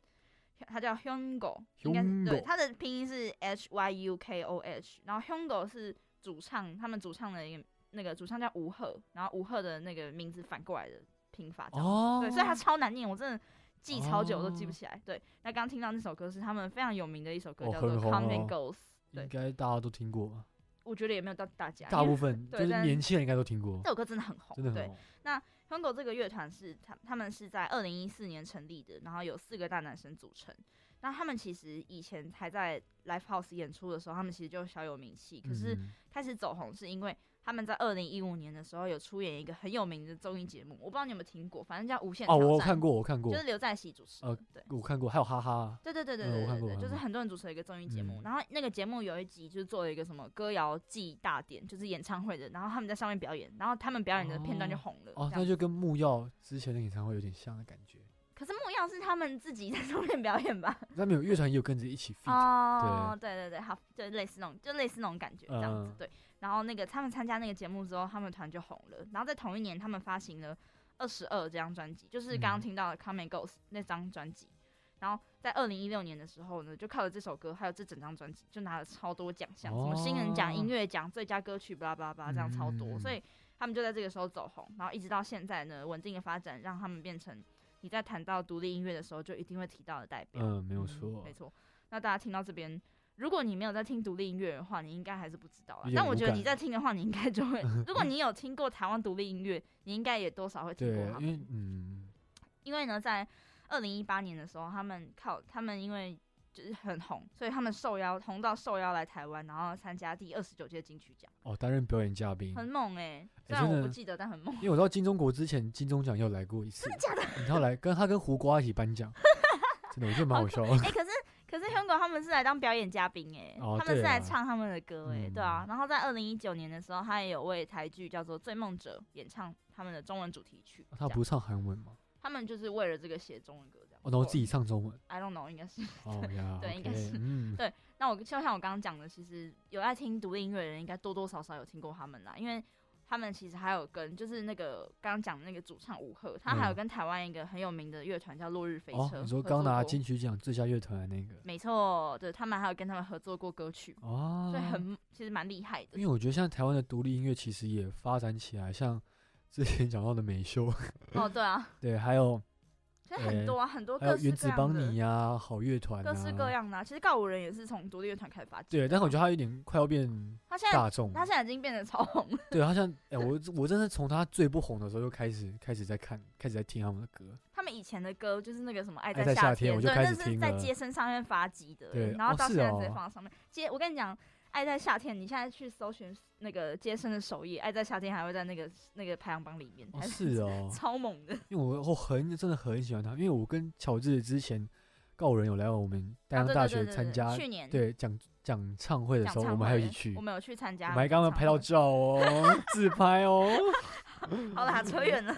[SPEAKER 1] 它叫 Hyungo，应该是对，
[SPEAKER 3] Hyungo
[SPEAKER 1] 它的拼音是 H Y U K O H，然后 Hyungo 是主唱，他们主唱的一个那个主唱叫吴赫，然后吴赫的那个名字反过来的拼法这样子，
[SPEAKER 3] 哦
[SPEAKER 1] 对，所以它超难念，我真的。记超久我都记不起来。对，那刚刚听到那首歌是他们非常有名的一首歌，
[SPEAKER 3] 哦
[SPEAKER 1] 叫做《
[SPEAKER 3] 很红
[SPEAKER 1] Come and
[SPEAKER 3] 哦
[SPEAKER 1] Goes》。
[SPEAKER 3] 应该大家都听过吧？
[SPEAKER 1] 我觉得也没有到大家，
[SPEAKER 3] 大
[SPEAKER 1] 因为
[SPEAKER 3] 部分就
[SPEAKER 1] 对，
[SPEAKER 3] 是
[SPEAKER 1] 但
[SPEAKER 3] 年轻人应该都听过
[SPEAKER 1] 这。首歌真的很红，
[SPEAKER 3] 真的很
[SPEAKER 1] 对
[SPEAKER 3] 红。
[SPEAKER 1] 那 h u n g o 这个乐团是他他们是在二零一四年成立的，然后有四个大男生组成。那他们其实以前还在 Live House 演出的时候，他们其实就小有名气。可是
[SPEAKER 3] 嗯
[SPEAKER 1] 开始走红是因为他们在二零一五年的时候有出演一个很有名的综艺节目，我不知道你有没有听过，反正叫《无限
[SPEAKER 3] 哦，
[SPEAKER 1] 挑
[SPEAKER 3] 我有
[SPEAKER 1] 战
[SPEAKER 3] 看过，我看过，
[SPEAKER 1] 就是刘在熙主持的。
[SPEAKER 3] 呃
[SPEAKER 1] 对，
[SPEAKER 3] 我看过，还有哈哈，
[SPEAKER 1] 对对对对
[SPEAKER 3] 嗯
[SPEAKER 1] 对
[SPEAKER 3] 我看
[SPEAKER 1] 对
[SPEAKER 3] 过
[SPEAKER 1] 对，
[SPEAKER 3] 我
[SPEAKER 1] 就是
[SPEAKER 3] 看过
[SPEAKER 1] 很多人主持的一个综艺节目，
[SPEAKER 3] 嗯
[SPEAKER 1] 然后那个节目有一集就是做了一个什么歌谣祭大典，就是演唱会的，然后他们在上面表演，然后他们表演的片段就红了。
[SPEAKER 3] 哦，
[SPEAKER 1] 这
[SPEAKER 3] 那
[SPEAKER 1] 样
[SPEAKER 3] 就跟木曜之前的演唱会有点像的感 觉。
[SPEAKER 1] 可是木曜是他们自己在上面表演吧？
[SPEAKER 3] 那没有乐团也有跟着一起 f e
[SPEAKER 1] 哦，对对对，好，就类似那种，就类似那种感觉这样子。
[SPEAKER 3] 嗯
[SPEAKER 1] 对，然后那个他们参加那个节目之后，他们团就红了，然后在同一年他们发行了《二十二》这张专辑，就是刚
[SPEAKER 14] 嗯
[SPEAKER 1] 刚听到的《Come and Goes》那张专辑。然后在二零一六年的时候呢，就靠着这首歌还有这整张专辑，就拿了超多奖项，什么新人奖、音
[SPEAKER 14] 哦
[SPEAKER 1] 乐奖、最佳歌曲，巴拉巴拉巴拉，这样超多。所以他们就在这个时候走红，然后一直到现在呢，稳定的发展让他们变成你在谈到独立音乐的时候就一定会提到的代表。
[SPEAKER 3] 嗯没有错
[SPEAKER 1] 没错。那大家听到这边，如果你没有在听独立音乐的话，你应该还是不知道啦
[SPEAKER 3] 有。点
[SPEAKER 1] 但我觉得
[SPEAKER 3] 无感
[SPEAKER 1] 你在听的话，你应该就 会。如果你有听过台湾独立音乐，你应该也多少会听
[SPEAKER 3] 对
[SPEAKER 1] 过他，
[SPEAKER 3] 因
[SPEAKER 1] 们。
[SPEAKER 3] 为嗯，
[SPEAKER 1] 因为呢，在二零一八年的时候，他们靠他们因为就是很红，所以他们受邀红到受邀来台湾，然后参加第二十九届金曲奖，
[SPEAKER 3] 哦，担任表演嘉宾，
[SPEAKER 1] 很猛哎、
[SPEAKER 3] 哎
[SPEAKER 1] 虽然
[SPEAKER 3] 真
[SPEAKER 1] 我
[SPEAKER 3] 的
[SPEAKER 1] 不记得，但很猛
[SPEAKER 3] 因。为我到金钟国之前，金钟奖要来过一次，真的假的？然后来跟他跟胡瓜一起颁 奖，真的我觉得蛮好笑的。
[SPEAKER 1] 哎、可是可是 Hyungo 他们是来当表演嘉宾哎、
[SPEAKER 3] 哦
[SPEAKER 1] 他们是
[SPEAKER 3] 对啦
[SPEAKER 1] 来唱他们的歌哎、
[SPEAKER 3] 嗯
[SPEAKER 1] 对啊。然后在二零一九年的时候，他也有为台剧叫做《追梦者》演唱他们的中文主题曲。
[SPEAKER 3] 哦他不
[SPEAKER 1] 这样
[SPEAKER 3] 唱韩文吗？
[SPEAKER 1] 他们就是为了这个写中文歌这样。
[SPEAKER 3] 哦，然后自己唱中文。
[SPEAKER 1] I don't know，应该是。
[SPEAKER 3] 哦呀，
[SPEAKER 1] 对，应该是，
[SPEAKER 3] 嗯，
[SPEAKER 1] 对。那我就像我刚刚讲的，其实有在听独立音乐的人，应该多多少少有听过他们啦，因为他们其实还有跟就是那个刚刚讲的那个主唱吴赫，他还有
[SPEAKER 3] 嗯
[SPEAKER 1] 跟台湾一个很有名的乐团叫落日飞车
[SPEAKER 3] 哦
[SPEAKER 1] 合作，过。
[SPEAKER 3] 你说刚拿金曲奖最佳乐团的那个，
[SPEAKER 1] 没错，对他们还有跟他们合作过歌曲，
[SPEAKER 3] 哦
[SPEAKER 1] 所以很其实蛮厉害的。
[SPEAKER 3] 因为我觉得现在台湾的独立音乐其实也发展起来，像之前讲到的美秀，
[SPEAKER 1] 哦，对啊，
[SPEAKER 3] 对，还有
[SPEAKER 1] 其实很多啊
[SPEAKER 3] 呃
[SPEAKER 1] 很多
[SPEAKER 3] 还有
[SPEAKER 1] 各式
[SPEAKER 3] 原子
[SPEAKER 1] 各样
[SPEAKER 3] 邦
[SPEAKER 1] 的
[SPEAKER 3] 尼呀、好乐团啊，
[SPEAKER 1] 各式各样的啊、其实告五人也是从独立乐团开始发展。
[SPEAKER 3] 对，但是我觉得他有点快要变
[SPEAKER 1] 他现在
[SPEAKER 3] 大众，
[SPEAKER 1] 他现在已经变得超红 了。
[SPEAKER 3] 对他像哎、我我真的从他最不红的时候就开始开始在看，开始在听他们的歌，
[SPEAKER 1] 他们以前的歌就是那个什么《爱
[SPEAKER 3] 爱在夏天
[SPEAKER 1] 天》，
[SPEAKER 3] 我就
[SPEAKER 1] 对，
[SPEAKER 3] 开
[SPEAKER 1] 那
[SPEAKER 3] 始
[SPEAKER 1] 是
[SPEAKER 3] 听
[SPEAKER 1] 在
[SPEAKER 3] 了
[SPEAKER 1] 街声上面发迹的，
[SPEAKER 3] 对
[SPEAKER 1] 然后
[SPEAKER 3] 哦
[SPEAKER 1] 到
[SPEAKER 3] 是
[SPEAKER 1] 现在直接
[SPEAKER 3] 哦
[SPEAKER 1] 放到上面。街，我跟你讲，《爱在夏天》，你现在去搜寻那个街声的首页，《爱在夏天》还会在那个那个排行榜里面，
[SPEAKER 3] 哦
[SPEAKER 1] 还
[SPEAKER 3] 是哦
[SPEAKER 1] 超猛的。
[SPEAKER 3] 因为我我很真的很喜欢他，因为我跟乔治之前告人有来我们丹
[SPEAKER 1] 啊哦对
[SPEAKER 3] 阳
[SPEAKER 1] 对
[SPEAKER 3] 大
[SPEAKER 1] 对
[SPEAKER 3] 学
[SPEAKER 1] 对
[SPEAKER 3] 参
[SPEAKER 1] 对
[SPEAKER 3] 加
[SPEAKER 1] 去年
[SPEAKER 3] 对讲讲唱会的
[SPEAKER 1] 讲
[SPEAKER 3] 时候，我
[SPEAKER 1] 唱
[SPEAKER 3] 们还有
[SPEAKER 1] 会
[SPEAKER 3] 一起去，
[SPEAKER 1] 我们有去参加
[SPEAKER 3] 我
[SPEAKER 1] 他
[SPEAKER 3] 们还
[SPEAKER 1] 们的
[SPEAKER 3] 刚刚
[SPEAKER 1] 唱
[SPEAKER 3] 拍到照哦， 自拍哦。
[SPEAKER 1] 好 啦，扯远了，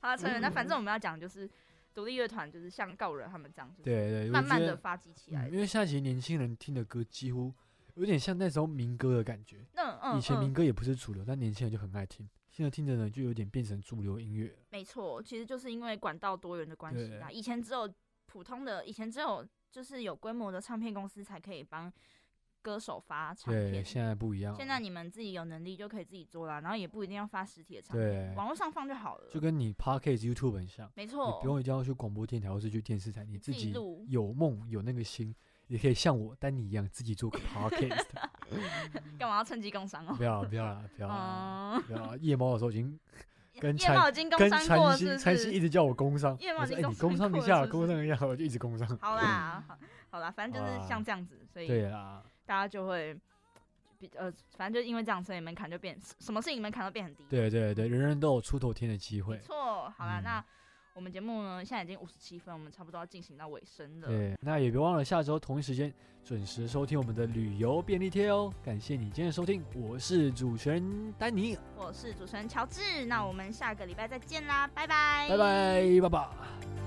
[SPEAKER 1] 好啦，扯远了。那反正我们要讲就是独立乐团，就是像告人他们这样，就是
[SPEAKER 3] 嗯对对，我
[SPEAKER 1] 慢
[SPEAKER 3] 觉
[SPEAKER 1] 慢
[SPEAKER 3] 得
[SPEAKER 1] 的发迹起来
[SPEAKER 3] 嗯。因为现在其实年轻人听的歌几乎有点像那时候民歌的感觉。
[SPEAKER 1] 嗯嗯
[SPEAKER 3] 以前民
[SPEAKER 1] 嗯
[SPEAKER 3] 歌也不是主流，但年轻人就很爱听。现在听着呢，就有点变成主流音乐了。
[SPEAKER 1] 没错，其实就是因为管道多元的关系啦。
[SPEAKER 3] 对
[SPEAKER 1] 以前只有普通的，以前只有就是有规模的唱片公司才可以帮歌手发唱
[SPEAKER 3] 对，
[SPEAKER 1] 片。
[SPEAKER 3] 现在不一样了。
[SPEAKER 1] 现在你们自己有能力就可以自己做啦，然后也不一定要发实体的唱片，
[SPEAKER 3] 对
[SPEAKER 1] 网络上放就好了。
[SPEAKER 3] 就跟你 podcast、YouTube 很像，
[SPEAKER 1] 没错
[SPEAKER 3] 你不用一定要去广播电台或是去电视台，你自
[SPEAKER 1] 哦自己
[SPEAKER 3] 己
[SPEAKER 1] 录
[SPEAKER 3] 有梦有那个心，也可以像我丹尼一样自己 做个 podcast。
[SPEAKER 1] 干嘛要趁机工商哦？
[SPEAKER 3] 不要啦不要啦不要啦
[SPEAKER 1] 嗯
[SPEAKER 3] 不要啦！夜猫的时候已经跟
[SPEAKER 1] 夜猫
[SPEAKER 3] 禅
[SPEAKER 1] 已经工
[SPEAKER 3] 跟
[SPEAKER 1] 商
[SPEAKER 3] 禅
[SPEAKER 1] 过
[SPEAKER 3] 心
[SPEAKER 1] 是不
[SPEAKER 3] 禅心
[SPEAKER 1] 是
[SPEAKER 3] 一直叫我工商，
[SPEAKER 1] 夜猫
[SPEAKER 3] 我
[SPEAKER 1] 已
[SPEAKER 3] 说
[SPEAKER 1] 经
[SPEAKER 3] 哎你
[SPEAKER 1] 工
[SPEAKER 3] 工
[SPEAKER 1] 商
[SPEAKER 3] 商一
[SPEAKER 1] 过
[SPEAKER 3] 下，
[SPEAKER 1] 是不
[SPEAKER 3] 工商一下，我就一直工商。
[SPEAKER 1] 好啦， 好好啦，反正就
[SPEAKER 3] 好
[SPEAKER 1] 是
[SPEAKER 3] 啦
[SPEAKER 1] 像这样子，所以
[SPEAKER 3] 对啦，
[SPEAKER 1] 大家就会比呃，反正就因为这样，所以门槛就变什么事情门槛都变很低。
[SPEAKER 3] 对对对，人人都有出头天的机
[SPEAKER 1] 没
[SPEAKER 3] 会。嗯
[SPEAKER 1] 错，好啦，那我们节目呢现在已经五十七分，我们差不多要进行到尾声了。
[SPEAKER 3] 对，那也别忘了下周同一时间准时收听我们的旅游便利贴哦。感谢你今天的收听，我是主持人丹尼，
[SPEAKER 1] 我是主持人乔治，那我们下个礼拜再见啦，拜拜，
[SPEAKER 3] 拜拜，爸爸。